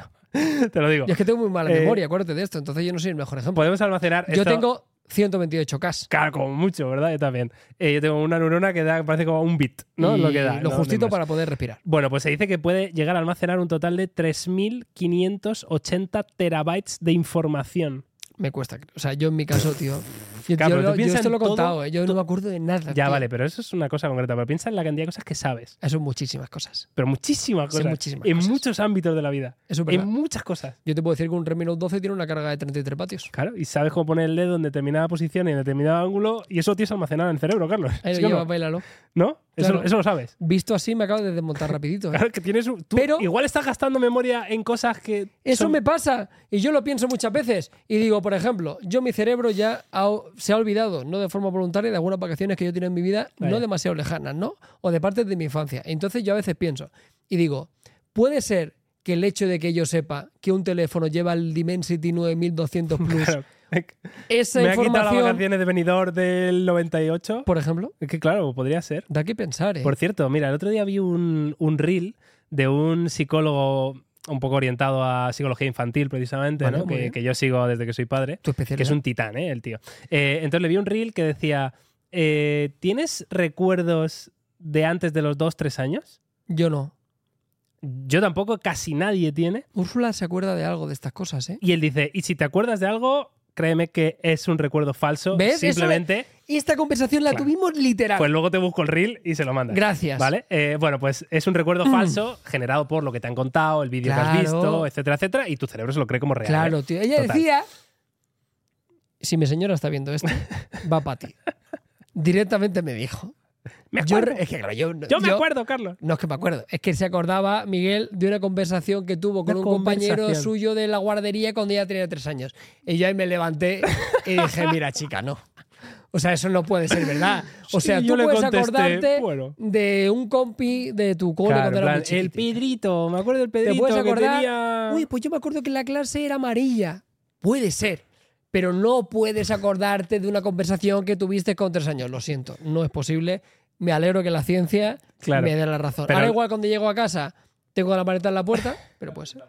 Speaker 1: te lo digo.
Speaker 2: Yo es que tengo muy mala
Speaker 1: Eh,
Speaker 2: memoria, acuérdate de esto. Entonces yo no soy el mejor ejemplo.
Speaker 1: Podemos almacenar
Speaker 2: yo
Speaker 1: esto-
Speaker 2: tengo 128K.
Speaker 1: Claro, como mucho, ¿verdad? Yo también. Eh, yo tengo una neurona que da, parece como un bit, ¿no?
Speaker 2: y
Speaker 1: lo que da.
Speaker 2: Lo
Speaker 1: no,
Speaker 2: justito
Speaker 1: no más.
Speaker 2: para poder respirar.
Speaker 1: Bueno, pues se dice que puede llegar a almacenar un total de 3.580 terabytes de información.
Speaker 2: Me cuesta. O sea, yo en mi caso, tío. Yo,
Speaker 1: Claro, pero
Speaker 2: yo
Speaker 1: tú
Speaker 2: lo- yo
Speaker 1: piensa
Speaker 2: esto
Speaker 1: en
Speaker 2: lo he
Speaker 1: todo-
Speaker 2: contado, eh, yo no me acuerdo de nada.
Speaker 1: Ya
Speaker 2: tío.
Speaker 1: vale, pero eso es una cosa concreta. Pero piensa en la cantidad de cosas que sabes.
Speaker 2: Eso son muchísimas cosas.
Speaker 1: Pero muchísimas
Speaker 2: Sí,
Speaker 1: cosas.
Speaker 2: muchísimas
Speaker 1: en
Speaker 2: cosas.
Speaker 1: muchos ámbitos de la vida.
Speaker 2: Eso es verdad.
Speaker 1: En muchas cosas.
Speaker 2: Yo te puedo decir que un Redmi Note 12 tiene una carga de 33 vatios.
Speaker 1: Claro, y sabes cómo poner el dedo en determinada posición y en determinado ángulo, y eso lo tienes almacenado en el cerebro, Carlos.
Speaker 2: Ahí
Speaker 1: ¿Sí
Speaker 2: lo
Speaker 1: o
Speaker 2: llevas,
Speaker 1: no?
Speaker 2: bailalo.
Speaker 1: ¿No? Eso,
Speaker 2: Claro.
Speaker 1: eso lo sabes.
Speaker 2: Visto así, me acabo de desmontar rapidito. eh.
Speaker 1: Claro que tienes. un- tú
Speaker 2: Pero-
Speaker 1: igual estás gastando memoria en cosas que.
Speaker 2: Eso
Speaker 1: son-
Speaker 2: me pasa. Y yo lo pienso muchas veces. Y digo, por ejemplo, yo mi cerebro ya ha- se ha olvidado, no de forma voluntaria, de algunas vacaciones que yo he tenido en mi vida,
Speaker 1: Vaya.
Speaker 2: no demasiado lejanas, ¿no? O de partes de mi infancia. Entonces yo a veces pienso y digo, puede ser que el hecho de que yo sepa que un teléfono lleva el Dimensity 9200 Plus,
Speaker 1: Claro.
Speaker 2: esa
Speaker 1: Me ha quitado las
Speaker 2: información,
Speaker 1: vacaciones de venidor del 98.
Speaker 2: por ejemplo,
Speaker 1: Es que claro, podría ser.
Speaker 2: da que pensar, ¿eh?
Speaker 1: Por cierto, mira, el otro día vi un, un reel de un psicólogo un poco orientado a psicología infantil, precisamente,
Speaker 2: Vale,
Speaker 1: ¿no?
Speaker 2: muy
Speaker 1: Que-
Speaker 2: bien.
Speaker 1: que yo sigo desde que soy padre.
Speaker 2: tu especialidad.
Speaker 1: que es un titán, ¿eh? El tío. Eh, entonces le vi un reel que decía, eh, ¿tienes recuerdos de antes de los 2-3 años?
Speaker 2: Yo no.
Speaker 1: Yo tampoco, casi nadie tiene.
Speaker 2: Úrsula se acuerda de algo de estas cosas, ¿eh?
Speaker 1: Y él dice, y si te acuerdas de algo, créeme que es un recuerdo falso.
Speaker 2: ¿Ves? Eso
Speaker 1: Simplemente,
Speaker 2: Esta conversación la
Speaker 1: Claro.
Speaker 2: tuvimos literal.
Speaker 1: pues luego te busco el reel y se lo mandas.
Speaker 2: Gracias.
Speaker 1: ¿Vale? Eh, bueno, pues es un recuerdo falso generado por lo que te han contado, el vídeo que
Speaker 2: Claro.
Speaker 1: has visto, etcétera, etcétera, y tu cerebro se lo cree como real. ¿eh?
Speaker 2: Claro, tío. Ella
Speaker 1: Total.
Speaker 2: decía. Si mi señora está viendo esto, va para ti. Directamente me dijo.
Speaker 1: ¿eh? Me
Speaker 2: Yo,
Speaker 1: acuerdo.
Speaker 2: re- es que, claro, yo,
Speaker 1: Yo me acuerdo, Carlos.
Speaker 2: No es que me acuerdo, es que se acordaba, Miguel, de una conversación que tuvo con
Speaker 1: Una
Speaker 2: un compañero
Speaker 1: conversación.
Speaker 2: suyo de la guardería cuando ella tenía tres años. Y yo ahí me levanté y dije, mira, chica, no. O sea, eso no puede ser verdad. O
Speaker 1: Sí,
Speaker 2: sea,
Speaker 1: yo
Speaker 2: tú
Speaker 1: le
Speaker 2: puedes
Speaker 1: contesté,
Speaker 2: acordarte
Speaker 1: bueno.
Speaker 2: de un compi de tu cole
Speaker 1: Claro,
Speaker 2: cuando
Speaker 1: en
Speaker 2: era
Speaker 1: plan,
Speaker 2: muy
Speaker 1: el
Speaker 2: chiquitín.
Speaker 1: Pedrito, me acuerdo del
Speaker 2: ¿Te
Speaker 1: Pedrito
Speaker 2: puedes
Speaker 1: que
Speaker 2: acordar?
Speaker 1: tenía...
Speaker 2: Uy, pues yo me acuerdo que la clase era amarilla. Puede ser. Pero no puedes acordarte de una conversación que tuviste con tres años. Lo siento, no es posible. Me alegro que la ciencia
Speaker 1: Claro.
Speaker 2: me dé la razón.
Speaker 1: Pero-
Speaker 2: Ahora igual cuando llego a casa tengo la maleta en la puerta, pero puede ser.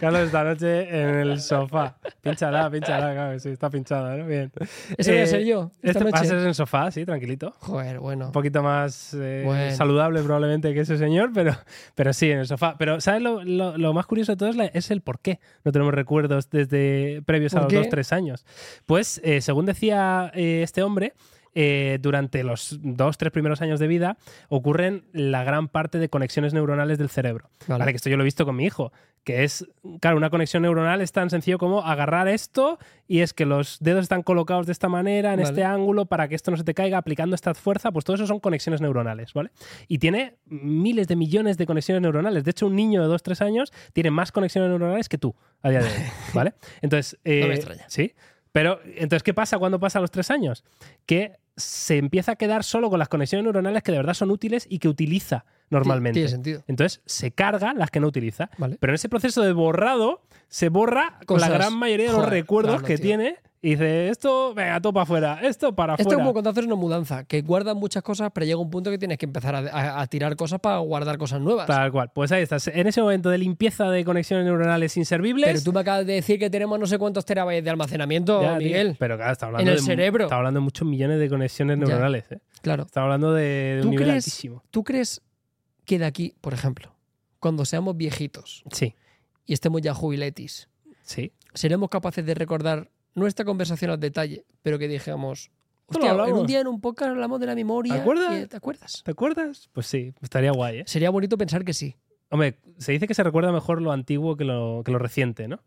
Speaker 1: Carlos esta noche en el sofá. Pinchala, pinchala, claro, que sí, está pinchada, ¿no? Bien.
Speaker 2: Ese voy a
Speaker 1: Eh,
Speaker 2: ser yo esta
Speaker 1: Este va a
Speaker 2: noche.
Speaker 1: ser en el sofá, sí, tranquilito.
Speaker 2: Joder, bueno.
Speaker 1: Un poquito más eh,
Speaker 2: Bueno.
Speaker 1: saludable probablemente que ese señor, pero, pero sí, en el sofá. Pero, ¿sabes lo, lo- lo más curioso de todo es, la- es el por qué? No tenemos recuerdos desde previos a
Speaker 2: ¿Por
Speaker 1: los
Speaker 2: qué?
Speaker 1: dos, tres años. Pues, eh, según decía eh, este hombre, eh, durante los dos, tres primeros años de vida ocurren la gran parte de conexiones neuronales del cerebro.
Speaker 2: Vale.
Speaker 1: Vale, que esto yo lo he visto con mi hijo, que es, claro, una conexión neuronal es tan sencillo como agarrar esto y es que los dedos están colocados de esta manera, en
Speaker 2: Vale.
Speaker 1: este ángulo, para que esto no se te caiga aplicando esta fuerza, pues todo eso son conexiones neuronales, ¿vale? Y tiene miles de millones de conexiones neuronales. De hecho, un niño de 2-3 años tiene más conexiones neuronales que tú a día de hoy, ¿vale? Entonces, eh,
Speaker 2: extraña.
Speaker 1: Sí. Pero, entonces, ¿qué pasa cuando pasa los tres años? Que se empieza a quedar solo con las conexiones neuronales que de verdad son útiles y que utiliza normalmente.
Speaker 2: Tiene sentido.
Speaker 1: Entonces se carga las que no utiliza.
Speaker 2: Vale.
Speaker 1: Pero en ese proceso de borrado se borra con la
Speaker 2: Cosas.
Speaker 1: gran mayoría de los
Speaker 2: Joder,
Speaker 1: recuerdos
Speaker 2: claro,
Speaker 1: que
Speaker 2: tío.
Speaker 1: tiene. Y dice, esto, venga, todo para afuera, esto para
Speaker 2: Esto es
Speaker 1: afuera.
Speaker 2: como cuando haces una mudanza, que guardas muchas cosas, pero llega un punto que tienes que empezar a, a- a tirar cosas para guardar cosas nuevas.
Speaker 1: Tal cual. Pues ahí estás. En ese momento de limpieza de conexiones neuronales inservibles.
Speaker 2: Pero tú me acabas de decir que tenemos no sé cuántos terabytes de almacenamiento,
Speaker 1: Ya, tío,
Speaker 2: Miguel.
Speaker 1: pero claro, está hablando
Speaker 2: En el
Speaker 1: de, mu-
Speaker 2: cerebro.
Speaker 1: Está hablando de muchos millones de conexiones
Speaker 2: Ya.
Speaker 1: neuronales. ¿eh?
Speaker 2: Claro.
Speaker 1: Está hablando de, de un
Speaker 2: ¿Tú
Speaker 1: nivel
Speaker 2: crees?
Speaker 1: altísimo.
Speaker 2: ¿Tú crees que de aquí, por ejemplo, cuando seamos viejitos
Speaker 1: Sí,
Speaker 2: y estemos ya jubiletis,
Speaker 1: sí.
Speaker 2: seremos capaces de recordar nuestra conversación al detalle, pero que dijéramos,
Speaker 1: Esto lo
Speaker 2: hostia, en
Speaker 1: hablamos.
Speaker 2: un día en un podcast hablamos de la memoria.
Speaker 1: ¿Te acuerdas?
Speaker 2: y- ¿Te acuerdas?
Speaker 1: ¿Te acuerdas? Pues sí, estaría guay, ¿eh?
Speaker 2: Sería bonito pensar que sí.
Speaker 1: Hombre, se dice que se recuerda mejor lo antiguo que lo, que lo reciente, ¿no?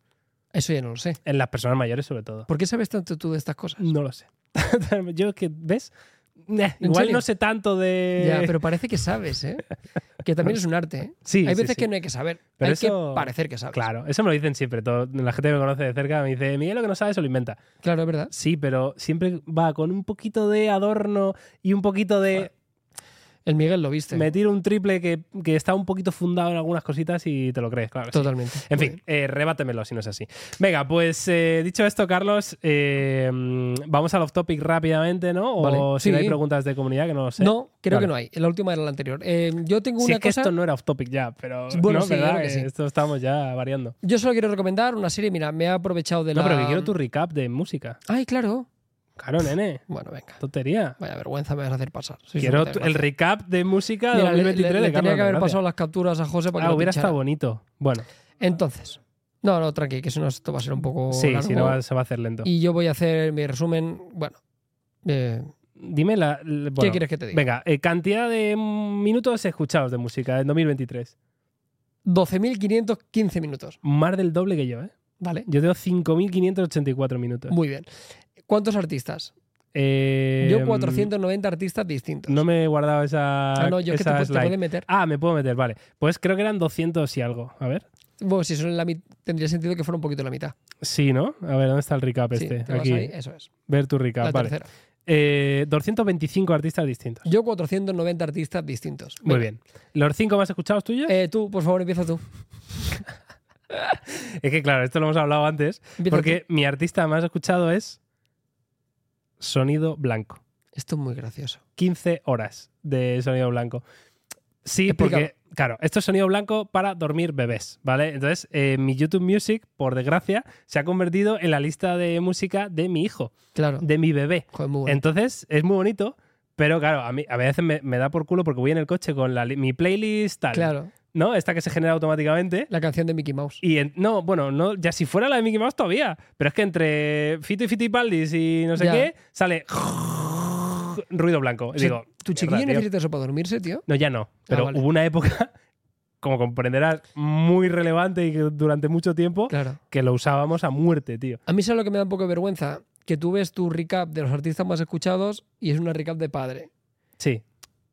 Speaker 2: Eso ya no lo sé.
Speaker 1: En las personas mayores, sobre todo.
Speaker 2: ¿Por qué sabes tanto tú de estas cosas?
Speaker 1: No lo sé. Yo que, ¿ves? Nah,
Speaker 2: Pues, ¿En
Speaker 1: igual
Speaker 2: serio?
Speaker 1: no sé tanto de.
Speaker 2: Ya, pero parece que sabes, ¿eh? Que también es un arte. ¿eh?
Speaker 1: Eh. Sí,
Speaker 2: hay
Speaker 1: sí,
Speaker 2: veces
Speaker 1: sí.
Speaker 2: que no hay que saber,
Speaker 1: Pero
Speaker 2: hay
Speaker 1: eso-
Speaker 2: que parecer que sabes.
Speaker 1: Claro, eso me lo dicen siempre. todo- la gente que me conoce de cerca me dice, Miguel, lo que no sabes, se lo inventa.
Speaker 2: Claro, es verdad.
Speaker 1: Sí, pero siempre va con un poquito de adorno y un poquito de.
Speaker 2: El Miguel lo viste.
Speaker 1: Me tiro un triple que, que está un poquito fundado en algunas cositas y te lo crees, claro. que sí.
Speaker 2: Totalmente.
Speaker 1: En
Speaker 2: Muy
Speaker 1: fin, eh, rebátemelo si no es así. Venga, pues eh, dicho esto, Carlos, eh, mm, vamos al off topic rápidamente, ¿no? O
Speaker 2: Vale,
Speaker 1: si no
Speaker 2: sí.
Speaker 1: hay preguntas de comunidad, que no lo sé.
Speaker 2: No, creo
Speaker 1: Vale.
Speaker 2: que no hay. La última era la anterior. Eh, yo tengo
Speaker 1: Si
Speaker 2: una
Speaker 1: es que
Speaker 2: cosa.
Speaker 1: esto no era off topic ya, pero
Speaker 2: Bueno,
Speaker 1: no,
Speaker 2: sí,
Speaker 1: ¿verdad?
Speaker 2: claro que
Speaker 1: Que
Speaker 2: sí.
Speaker 1: Esto estamos ya variando.
Speaker 2: Yo solo quiero recomendar una serie. Mira, me he aprovechado de
Speaker 1: No,
Speaker 2: la.
Speaker 1: pero que quiero tu recap de música.
Speaker 2: Ay, claro.
Speaker 1: Claro, nene.
Speaker 2: Bueno, venga.
Speaker 1: Tontería.
Speaker 2: Vaya vergüenza me vas a hacer pasar. Sois
Speaker 1: Quiero
Speaker 2: una
Speaker 1: tu- el
Speaker 2: desgracia.
Speaker 1: recap de música
Speaker 2: Mira, le-
Speaker 1: 2023
Speaker 2: le- le
Speaker 1: de Carlos.
Speaker 2: tenía que haber
Speaker 1: Gracia.
Speaker 2: pasado las capturas a José para que
Speaker 1: Ah,
Speaker 2: lo
Speaker 1: hubiera
Speaker 2: pinchara.
Speaker 1: estado bonito. Bueno,
Speaker 2: Entonces. No, no, tranqui, que si no esto va a ser un poco.
Speaker 1: sí,
Speaker 2: largo.
Speaker 1: si no va- se va a hacer lento.
Speaker 2: Y yo voy a hacer mi resumen. Bueno. eh,
Speaker 1: Dime la. l- bueno,
Speaker 2: ¿Qué quieres que te diga?
Speaker 1: Venga, eh, cantidad de minutos escuchados de música en 2023.
Speaker 2: 12.515 minutos.
Speaker 1: Más del doble que yo, ¿eh?
Speaker 2: Vale.
Speaker 1: Yo tengo 5.584 minutos.
Speaker 2: Muy bien. ¿Cuántos artistas?
Speaker 1: Eh,
Speaker 2: Yo 490 artistas distintos.
Speaker 1: No me he guardado esa.
Speaker 2: Ah, no, yo es que te,
Speaker 1: esa
Speaker 2: pu- te
Speaker 1: slide.
Speaker 2: puedes meter.
Speaker 1: Ah, me puedo meter, vale. Pues creo que eran 200 y algo. A ver.
Speaker 2: Bueno, si son la mit- tendría sentido que fuera un poquito la mitad.
Speaker 1: Sí, ¿no? A ver, ¿dónde está el recap
Speaker 2: Sí,
Speaker 1: este?
Speaker 2: te vas
Speaker 1: Aquí.
Speaker 2: ahí, eso es.
Speaker 1: Ver tu recap,
Speaker 2: la
Speaker 1: vale.
Speaker 2: tercera.
Speaker 1: Eh, 225 artistas distintos.
Speaker 2: Yo 490 artistas distintos.
Speaker 1: Muy
Speaker 2: Venga.
Speaker 1: bien. ¿Los cinco más escuchados tuyos?
Speaker 2: Eh, tú, por favor, empieza tú.
Speaker 1: Es que claro, esto lo hemos hablado antes.
Speaker 2: Empieza
Speaker 1: Porque mi artista más escuchado es Sonido Blanco.
Speaker 2: tú. Esto es muy gracioso.
Speaker 1: 15 horas de sonido blanco. Sí,
Speaker 2: Explícalo.
Speaker 1: porque, claro, esto es sonido blanco para dormir bebés, ¿vale? Entonces, eh, mi YouTube Music, por desgracia, se ha convertido en la lista de música de mi hijo,
Speaker 2: Claro.
Speaker 1: de mi bebé.
Speaker 2: Joder, muy bueno.
Speaker 1: Entonces, es muy bonito, pero claro, a mí a veces me, me da por culo porque voy en el coche con la li- mi playlist tal,
Speaker 2: Claro.
Speaker 1: ¿no? Esta que se genera automáticamente.
Speaker 2: La canción de Mickey Mouse.
Speaker 1: Y en- no, bueno, no, ya si fuera la de Mickey Mouse todavía, pero es que entre Fito y Fitipaldis y no sé
Speaker 2: Ya.
Speaker 1: qué, sale ruido blanco. Y
Speaker 2: O sea,
Speaker 1: digo,
Speaker 2: ¿Tu
Speaker 1: "Mierda,
Speaker 2: chiquillo
Speaker 1: tío".
Speaker 2: necesita eso para dormirse, tío?
Speaker 1: No, ya no. Pero
Speaker 2: vale.
Speaker 1: hubo una época, como comprenderás, muy relevante y que durante mucho tiempo,
Speaker 2: Claro.
Speaker 1: que lo usábamos a muerte, tío.
Speaker 2: A mí es lo que me da un poco de vergüenza. Que tú ves tu recap de los artistas más escuchados y es una recap de padre.
Speaker 1: Sí.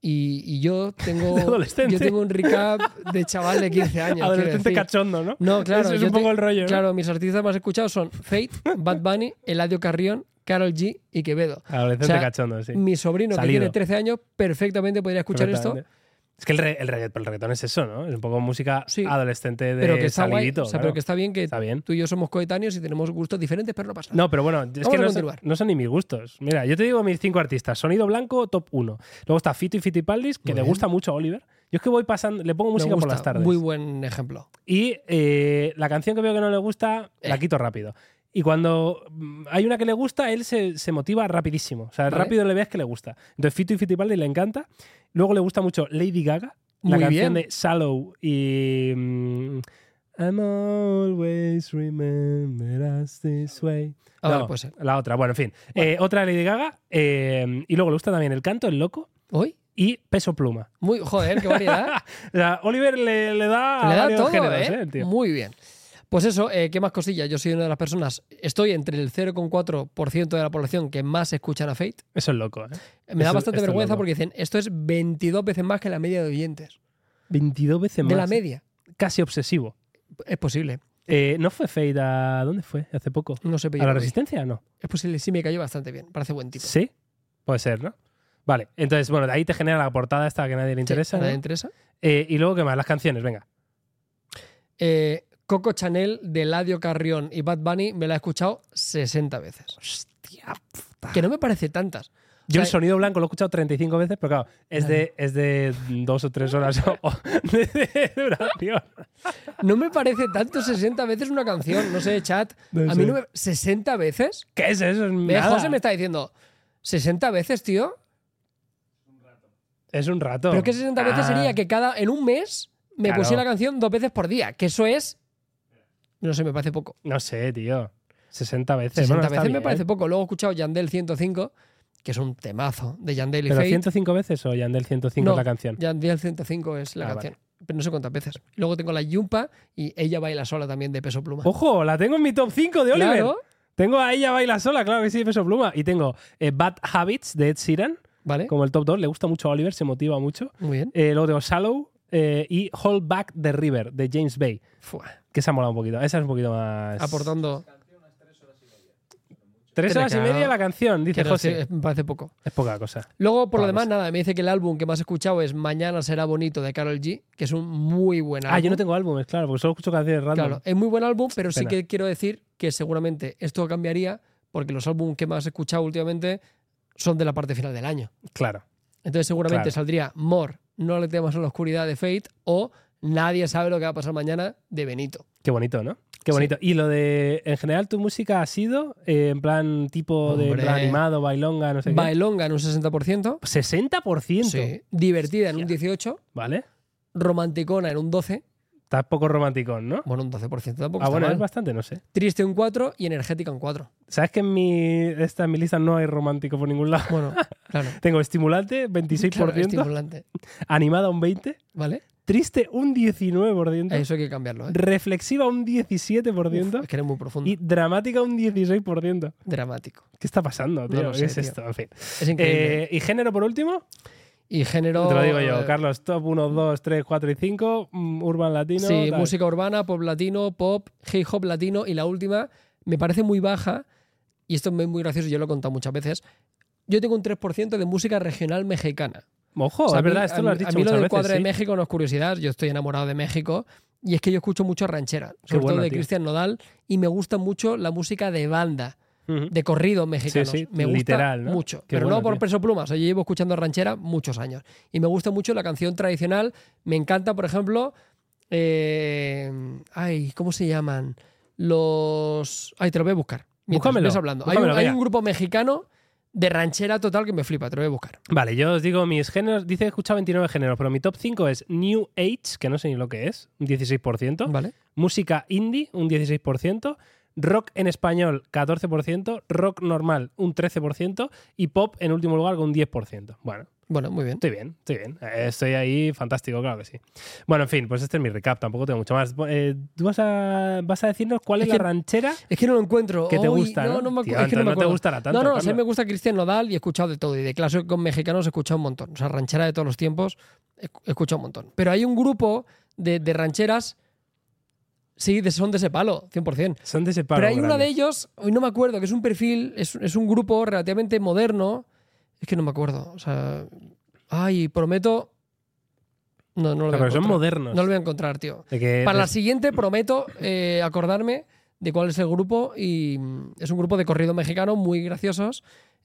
Speaker 2: Y, y yo tengo.
Speaker 1: De adolescente.
Speaker 2: Yo tengo un recap de chaval de 15 años. quiero
Speaker 1: Adolescente
Speaker 2: decir.
Speaker 1: cachondo, ¿no?
Speaker 2: No, claro.
Speaker 1: Eso es
Speaker 2: yo
Speaker 1: un
Speaker 2: te-
Speaker 1: poco el rollo. ¿no?
Speaker 2: Claro, mis artistas más escuchados son Fate, Bad Bunny, Eladio Carrión, Carol G y Quevedo.
Speaker 1: Adolescente
Speaker 2: O sea,
Speaker 1: cachondo, sí.
Speaker 2: Mi sobrino, que
Speaker 1: Salido.
Speaker 2: tiene 13 años, perfectamente podría escuchar esto,
Speaker 1: Perfectamente. Es que el, re- el regga- el reggaetón es eso, ¿no? Es un poco música
Speaker 2: Sí.
Speaker 1: adolescente de
Speaker 2: pero que está guay.
Speaker 1: salidito,
Speaker 2: O sea,
Speaker 1: claro.
Speaker 2: pero que está bien que
Speaker 1: Está bien.
Speaker 2: tú y yo somos coetáneos y tenemos gustos diferentes, pero no pasa nada.
Speaker 1: No, pero bueno, es
Speaker 2: Vamos
Speaker 1: que
Speaker 2: a
Speaker 1: no son,
Speaker 2: continuar.
Speaker 1: no son ni mis gustos. Mira, yo te digo mis cinco artistas. Sonido Blanco, top 1. Luego está Fito y Fitipaldis, que
Speaker 2: Muy
Speaker 1: le
Speaker 2: bien.
Speaker 1: gusta mucho a Oliver. Yo es que voy pasando, le pongo
Speaker 2: Me
Speaker 1: música por
Speaker 2: gusta.
Speaker 1: las tardes.
Speaker 2: Muy buen ejemplo.
Speaker 1: Y eh, la canción que veo que no le gusta, la
Speaker 2: Eh.
Speaker 1: quito rápido. Y cuando mm, hay una que le gusta, él se, se motiva rapidísimo. O sea,
Speaker 2: Vale.
Speaker 1: rápido le ves que le gusta. Entonces, Fito y Fitipaldi le encanta. Luego le gusta mucho Lady Gaga, la
Speaker 2: Muy
Speaker 1: canción
Speaker 2: bien.
Speaker 1: de Shallow y. mm, I'm always remember us this way.
Speaker 2: Ahora
Speaker 1: No,
Speaker 2: puede ser.
Speaker 1: La otra, bueno, en fin. Eh, otra Lady Gaga. eh, y luego le gusta también El Canto, El Loco
Speaker 2: ¿Hoy?
Speaker 1: y Peso Pluma.
Speaker 2: Muy, joder, qué variedad.
Speaker 1: O sea, Oliver le, le da. a
Speaker 2: Le da
Speaker 1: Ah, varios
Speaker 2: todo,
Speaker 1: géneros,
Speaker 2: ¿eh?
Speaker 1: el tío.
Speaker 2: Muy bien. Pues eso, eh, ¿qué más cosillas? Yo soy una de las personas, estoy entre el 0,4% de la población que más escuchan a Fate.
Speaker 1: Eso es loco, ¿eh?
Speaker 2: Me da
Speaker 1: Esto-
Speaker 2: bastante
Speaker 1: esto es
Speaker 2: vergüenza
Speaker 1: loco.
Speaker 2: porque dicen, esto es 22 veces más que la media de oyentes.
Speaker 1: 22 veces más.
Speaker 2: De la media.
Speaker 1: Casi obsesivo.
Speaker 2: Es posible.
Speaker 1: Eh, ¿No fue Fade a. ¿Dónde fue? ¿Hace poco?
Speaker 2: No sé,
Speaker 1: ¿A
Speaker 2: pero Pues
Speaker 1: la
Speaker 2: yo lo vi.
Speaker 1: Resistencia? No.
Speaker 2: Es posible, sí me cayó bastante bien. Parece buen tipo.
Speaker 1: Sí. Puede ser, ¿no? Vale. Entonces, bueno, de ahí te genera la portada esta que a nadie le interesa.
Speaker 2: Sí,
Speaker 1: ¿no?
Speaker 2: ¿a nadie interesa?
Speaker 1: Eh, y luego, ¿qué más? Las canciones, venga.
Speaker 2: Eh, Coco Chanel de Ladio Carrión y Bad Bunny me la he escuchado 60 veces.
Speaker 1: Hostia puta.
Speaker 2: Que no me parece tantas.
Speaker 1: Yo
Speaker 2: O sea,
Speaker 1: el sonido blanco lo he escuchado 35 veces, pero claro, es, de, es de dos o tres horas o- o de, de duración.
Speaker 2: No me parece tanto 60 veces una canción. No sé, chat.
Speaker 1: No
Speaker 2: a mí
Speaker 1: sé.
Speaker 2: no me... ¿60 veces?
Speaker 1: ¿Qué es eso? Es,
Speaker 2: Ve,
Speaker 1: nada.
Speaker 2: José me está diciendo, ¿60 veces, tío?
Speaker 1: es un rato.
Speaker 2: Pero es que 60 veces
Speaker 1: Ah.
Speaker 2: sería que cada, en un mes me
Speaker 1: Claro.
Speaker 2: pusiera la canción dos veces por día, que eso es... No sé, me parece poco.
Speaker 1: No sé, tío. 60 veces.
Speaker 2: 60
Speaker 1: Bueno, está
Speaker 2: veces me
Speaker 1: bien.
Speaker 2: parece poco. Luego he escuchado Yandel 105, que es un temazo de Yandel y
Speaker 1: ¿Pero
Speaker 2: Feid.
Speaker 1: 105 veces o Yandel 105
Speaker 2: No,
Speaker 1: es la canción?
Speaker 2: Yandel 105 es la
Speaker 1: Ah,
Speaker 2: canción. Pero no sé cuántas veces. Luego tengo la Yumpa y ella baila sola también de peso pluma.
Speaker 1: Ojo, la tengo en mi top 5 de Oliver.
Speaker 2: Claro,
Speaker 1: Tengo a ella baila sola, claro que sí, peso pluma. Y tengo eh, Bad Habits de Ed Sheeran,
Speaker 2: ¿Vale?
Speaker 1: como el top 2. Le gusta mucho a Oliver, se motiva mucho.
Speaker 2: Muy bien.
Speaker 1: Eh, luego tengo Shallow eh, y Hold Back the River de James Bay,
Speaker 2: Fua,
Speaker 1: que se ha molado un poquito. Esa es un poquito más.
Speaker 2: Aportando.
Speaker 1: Tres horas y
Speaker 2: Pero claro,
Speaker 1: media la canción, dice
Speaker 2: que no sé,
Speaker 1: José.
Speaker 2: me parece poco.
Speaker 1: Es poca cosa.
Speaker 2: Luego, por lo
Speaker 1: Vamos.
Speaker 2: demás, nada, me dice que el álbum que más he escuchado es Mañana será bonito de Carol G, que es un muy buen álbum.
Speaker 1: Ah, yo no tengo álbumes, claro, porque solo escucho canciones random.
Speaker 2: Claro, es muy buen álbum, pero sí
Speaker 1: Pena.
Speaker 2: que quiero decir que seguramente esto cambiaría porque los álbumes que más he escuchado últimamente son de la parte final del año.
Speaker 1: Claro.
Speaker 2: Entonces seguramente
Speaker 1: Claro.
Speaker 2: saldría More, No le temas a la oscuridad de Fate o Nadie sabe lo que va a pasar mañana de Benito.
Speaker 1: Qué bonito, ¿no? Qué
Speaker 2: Sí.
Speaker 1: bonito. Y lo de, en general, tu música ha sido eh, en plan tipo de en
Speaker 2: Hombre.
Speaker 1: plan animado, bailonga, no sé qué.
Speaker 2: Bailonga en un 60%,
Speaker 1: 60%.
Speaker 2: sí. Divertida en un 18%,
Speaker 1: ¿Vale?
Speaker 2: Romanticona en un 12%,
Speaker 1: Está poco romántico, ¿no?
Speaker 2: bueno, un 12% tampoco
Speaker 1: Ah,
Speaker 2: está
Speaker 1: bueno, es
Speaker 2: mal.
Speaker 1: bastante, no sé.
Speaker 2: Triste un 4% y Energética un 4%.
Speaker 1: ¿Sabes que en mi, esta, en mi lista no hay romántico por ningún lado?
Speaker 2: Bueno, claro.
Speaker 1: Tengo estimulante, 26%,
Speaker 2: Claro, estimulante,
Speaker 1: animada un 20%,
Speaker 2: ¿vale?
Speaker 1: triste un 19%,
Speaker 2: Eso hay que cambiarlo, ¿eh?
Speaker 1: reflexiva un 17%
Speaker 2: Uf, es que eres muy profundo.
Speaker 1: y dramática un 16%.
Speaker 2: Dramático.
Speaker 1: ¿Qué está pasando, tío?
Speaker 2: lo
Speaker 1: ¿Qué
Speaker 2: sé,
Speaker 1: es
Speaker 2: tío.
Speaker 1: esto? En fin.
Speaker 2: Es increíble.
Speaker 1: Eh, ¿Y género por último?
Speaker 2: y género.
Speaker 1: Te lo digo
Speaker 2: eh,
Speaker 1: yo, Carlos, top 1, 2, 3, 4 y 5, mm, urban latino.
Speaker 2: Sí,
Speaker 1: tal.
Speaker 2: música urbana, pop latino, pop, hip hop latino y la última me parece muy baja y esto es muy gracioso, yo lo he contado muchas veces. Yo tengo un 3% de música regional mexicana.
Speaker 1: Ojo,
Speaker 2: O sea,
Speaker 1: Oh,
Speaker 2: a
Speaker 1: es
Speaker 2: mí-
Speaker 1: verdad, esto
Speaker 2: a
Speaker 1: lo
Speaker 2: mí-
Speaker 1: has dicho
Speaker 2: A mí lo
Speaker 1: muchas
Speaker 2: del
Speaker 1: veces,
Speaker 2: cuadro de
Speaker 1: sí.
Speaker 2: México no es curiosidad, yo estoy enamorado de México y es que yo escucho mucho ranchera, sobre
Speaker 1: bueno,
Speaker 2: todo de
Speaker 1: tío.
Speaker 2: Cristian Nodal y me gusta mucho la música de banda,
Speaker 1: Ujú.
Speaker 2: de corridos mexicanos.
Speaker 1: sí,
Speaker 2: me gusta
Speaker 1: literal, ¿no?
Speaker 2: mucho,
Speaker 1: Qué
Speaker 2: pero
Speaker 1: bueno,
Speaker 2: no por
Speaker 1: tío.
Speaker 2: peso plumas, o sea, yo llevo escuchando ranchera muchos años y me gusta mucho la canción tradicional, me encanta, por ejemplo, eh, ay, ¿cómo se llaman? Los. Ay, te lo voy a buscar. Mientras
Speaker 1: Búscamelo,
Speaker 2: ves hablando. Hay
Speaker 1: búscamelo,
Speaker 2: un, hay
Speaker 1: venga.
Speaker 2: un grupo mexicano de ranchera total que me flipa, te lo voy a buscar.
Speaker 1: Vale, yo os digo mis géneros. Dice que he escuchado 29 géneros, pero mi top 5 es New Age, que no sé ni lo que es, un 16%.
Speaker 2: ¿Vale?
Speaker 1: Música indie, un 16%. Rock en español, 14%. Rock normal, un 13%. Y pop, en último lugar, con un 10%. Bueno,
Speaker 2: Bueno, muy bien.
Speaker 1: estoy bien, estoy bien. Eh, Estoy ahí fantástico, claro que sí. Bueno, en fin, pues este es mi recap, tampoco tengo mucho más. Eh, ¿Tú vas a, vas a decirnos cuál es,
Speaker 2: Es
Speaker 1: la
Speaker 2: que-
Speaker 1: ranchera?
Speaker 2: Es que no lo encuentro.
Speaker 1: Que te
Speaker 2: Hoy-
Speaker 1: gusta,
Speaker 2: No,
Speaker 1: ¿no?
Speaker 2: no me acu-
Speaker 1: Tío,
Speaker 2: es que no
Speaker 1: entonces no
Speaker 2: me
Speaker 1: te
Speaker 2: acuerdo.
Speaker 1: gustará tanto,
Speaker 2: No, no, o sea,
Speaker 1: Carlos.
Speaker 2: me gusta Cristian Nodal y he escuchado de todo. Y de clásicos mexicanos he escuchado un montón. O sea, ranchera de todos los tiempos he escu- he escuchado un montón. Pero hay un grupo de, de rancheras Sí, de- son de ese palo, 100%.
Speaker 1: Son de ese palo
Speaker 2: Pero hay uno
Speaker 1: grande.
Speaker 2: de ellos, hoy no me acuerdo, que es un perfil, es, es un grupo relativamente moderno. Es que no me acuerdo. O sea. Ay, prometo. No,
Speaker 1: No,
Speaker 2: no lo voy a
Speaker 1: pero son
Speaker 2: encontrar.
Speaker 1: modernos.
Speaker 2: No lo voy a encontrar, tío.
Speaker 1: De que-
Speaker 2: Para
Speaker 1: de-
Speaker 2: la siguiente prometo eh, acordarme de cuál es el grupo y mm, es un grupo de corrido mexicano muy graciosos,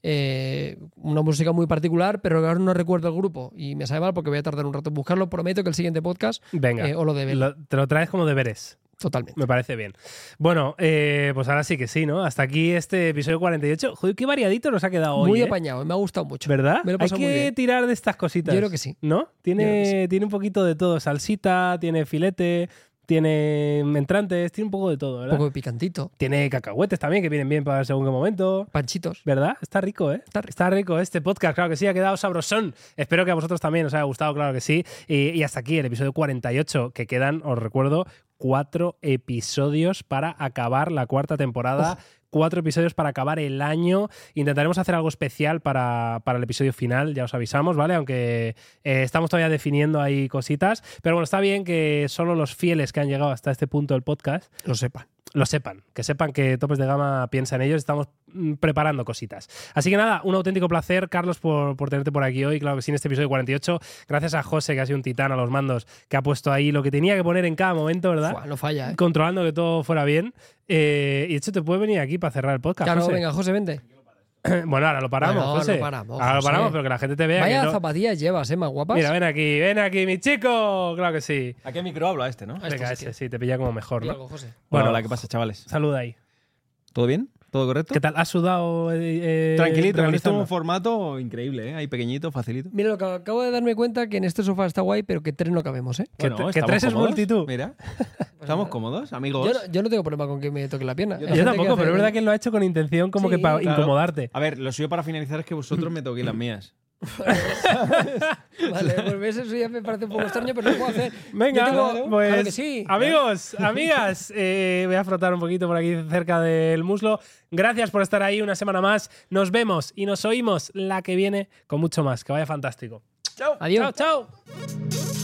Speaker 2: eh, una música muy particular, pero ahora no recuerdo el grupo y me sabe mal porque voy a tardar un rato en buscarlo. Prometo que el siguiente podcast
Speaker 1: Venga,
Speaker 2: eh, o lo debe
Speaker 1: lo- te lo traes como deberes.
Speaker 2: totalmente.
Speaker 1: Me parece bien. Bueno, eh, pues ahora sí que sí, ¿no? Hasta aquí este episodio 48. Joder, qué variadito nos ha quedado hoy.
Speaker 2: muy
Speaker 1: ¿eh?
Speaker 2: apañado, me ha gustado mucho.
Speaker 1: ¿Verdad?
Speaker 2: Me lo he
Speaker 1: Hay
Speaker 2: pasado muy
Speaker 1: que
Speaker 2: bien.
Speaker 1: tirar de estas cositas.
Speaker 2: Yo creo que sí.
Speaker 1: ¿No?
Speaker 2: Yo
Speaker 1: Tiene,
Speaker 2: creo
Speaker 1: tiene un poquito de todo. Salsita, tiene filete, tiene entrantes, tiene un poco de todo,
Speaker 2: Un
Speaker 1: ¿verdad?
Speaker 2: poco de picantito,
Speaker 1: Tiene cacahuetes también, que vienen bien para según qué momento.
Speaker 2: panchitos.
Speaker 1: ¿Verdad? Está rico, ¿eh?
Speaker 2: Está rico.
Speaker 1: este podcast, claro que sí, ha quedado sabrosón. Espero que a vosotros también os haya gustado, claro que sí. Y, y hasta aquí el episodio 48, que quedan, os recuerdo, cuatro episodios para acabar la cuarta temporada.
Speaker 2: Ojo.
Speaker 1: Cuatro episodios para acabar el año. Intentaremos hacer algo especial para, para el episodio final, ya os avisamos, ¿vale? Aunque eh, estamos todavía definiendo ahí cositas. Pero bueno, está bien que solo los fieles que han llegado hasta este punto del podcast
Speaker 2: Lo sepan.
Speaker 1: lo sepan, que sepan que Topes de Gama piensa en ellos, estamos mm, preparando cositas. Así que nada, un auténtico placer, Carlos, por, por tenerte por aquí hoy, claro que sí, en este episodio 48. Gracias a José, que ha sido un titán a los mandos, que ha puesto ahí lo que tenía que poner en cada momento, ¿verdad?
Speaker 2: Fua, no falla, ¿eh?
Speaker 1: Controlando que todo fuera bien. Eh, y de hecho, te puede venir aquí para cerrar el podcast.
Speaker 2: Claro,
Speaker 1: José.
Speaker 2: venga, José, vente.
Speaker 1: Bueno, ahora lo paramos,
Speaker 2: Bueno,
Speaker 1: José.
Speaker 2: lo paramos,
Speaker 1: ahora lo
Speaker 2: José.
Speaker 1: paramos, pero que la gente te vea. que
Speaker 2: Vaya
Speaker 1: no-
Speaker 2: zapatillas llevas, ¿eh? Más guapas.
Speaker 1: Mira, ven aquí, ven aquí, mi chico. Claro que sí.
Speaker 3: ¿A qué micro hablo a este, no?
Speaker 2: Ah, esto
Speaker 1: Venga,
Speaker 2: sí
Speaker 1: ese,
Speaker 2: que-
Speaker 1: sí, te pilla como mejor.
Speaker 2: Di
Speaker 1: ¿no?
Speaker 2: algo, José.
Speaker 1: Bueno,
Speaker 3: Bueno, hola, ¿qué pasa, chavales?
Speaker 1: Saluda ahí.
Speaker 3: ¿Todo bien? ¿Todo correcto?
Speaker 1: ¿Qué tal? ¿Has sudado? eh, eh,
Speaker 3: Tranquilito, con esto es
Speaker 1: realizando?
Speaker 3: un formato increíble, ¿eh? Ahí pequeñito, facilito.
Speaker 2: Mira, lo que acabo de darme cuenta que en este sofá está guay, pero que tres no cabemos, ¿eh?
Speaker 1: Que
Speaker 3: Bueno,
Speaker 1: tre- que
Speaker 3: estamos
Speaker 1: tres es
Speaker 3: cómodos,
Speaker 1: multitud.
Speaker 3: Mira, estamos cómodos, amigos.
Speaker 2: Yo no, yo no tengo problema con que me toque la pierna.
Speaker 1: Yo
Speaker 2: Hay
Speaker 3: Yo
Speaker 2: gente que ¿eh?
Speaker 1: tampoco,
Speaker 2: hace-
Speaker 1: pero es verdad que lo ha hecho con intención como que
Speaker 2: Sí.
Speaker 1: para
Speaker 3: Claro.
Speaker 1: incomodarte.
Speaker 3: A ver, lo suyo para finalizar es que vosotros me toquéis las mías.
Speaker 2: Vale, pues eso ya me parece un poco extraño, pero lo puedo hacer.
Speaker 1: Venga,
Speaker 2: Yo tengo-
Speaker 1: pues
Speaker 2: claro que sí.
Speaker 1: amigos, amigas, eh, voy a frotar un poquito por aquí cerca del muslo. Gracias por estar ahí una semana más. Nos vemos y nos oímos la que viene con mucho más. Que vaya fantástico.
Speaker 2: Adiós.
Speaker 1: Chao, chao.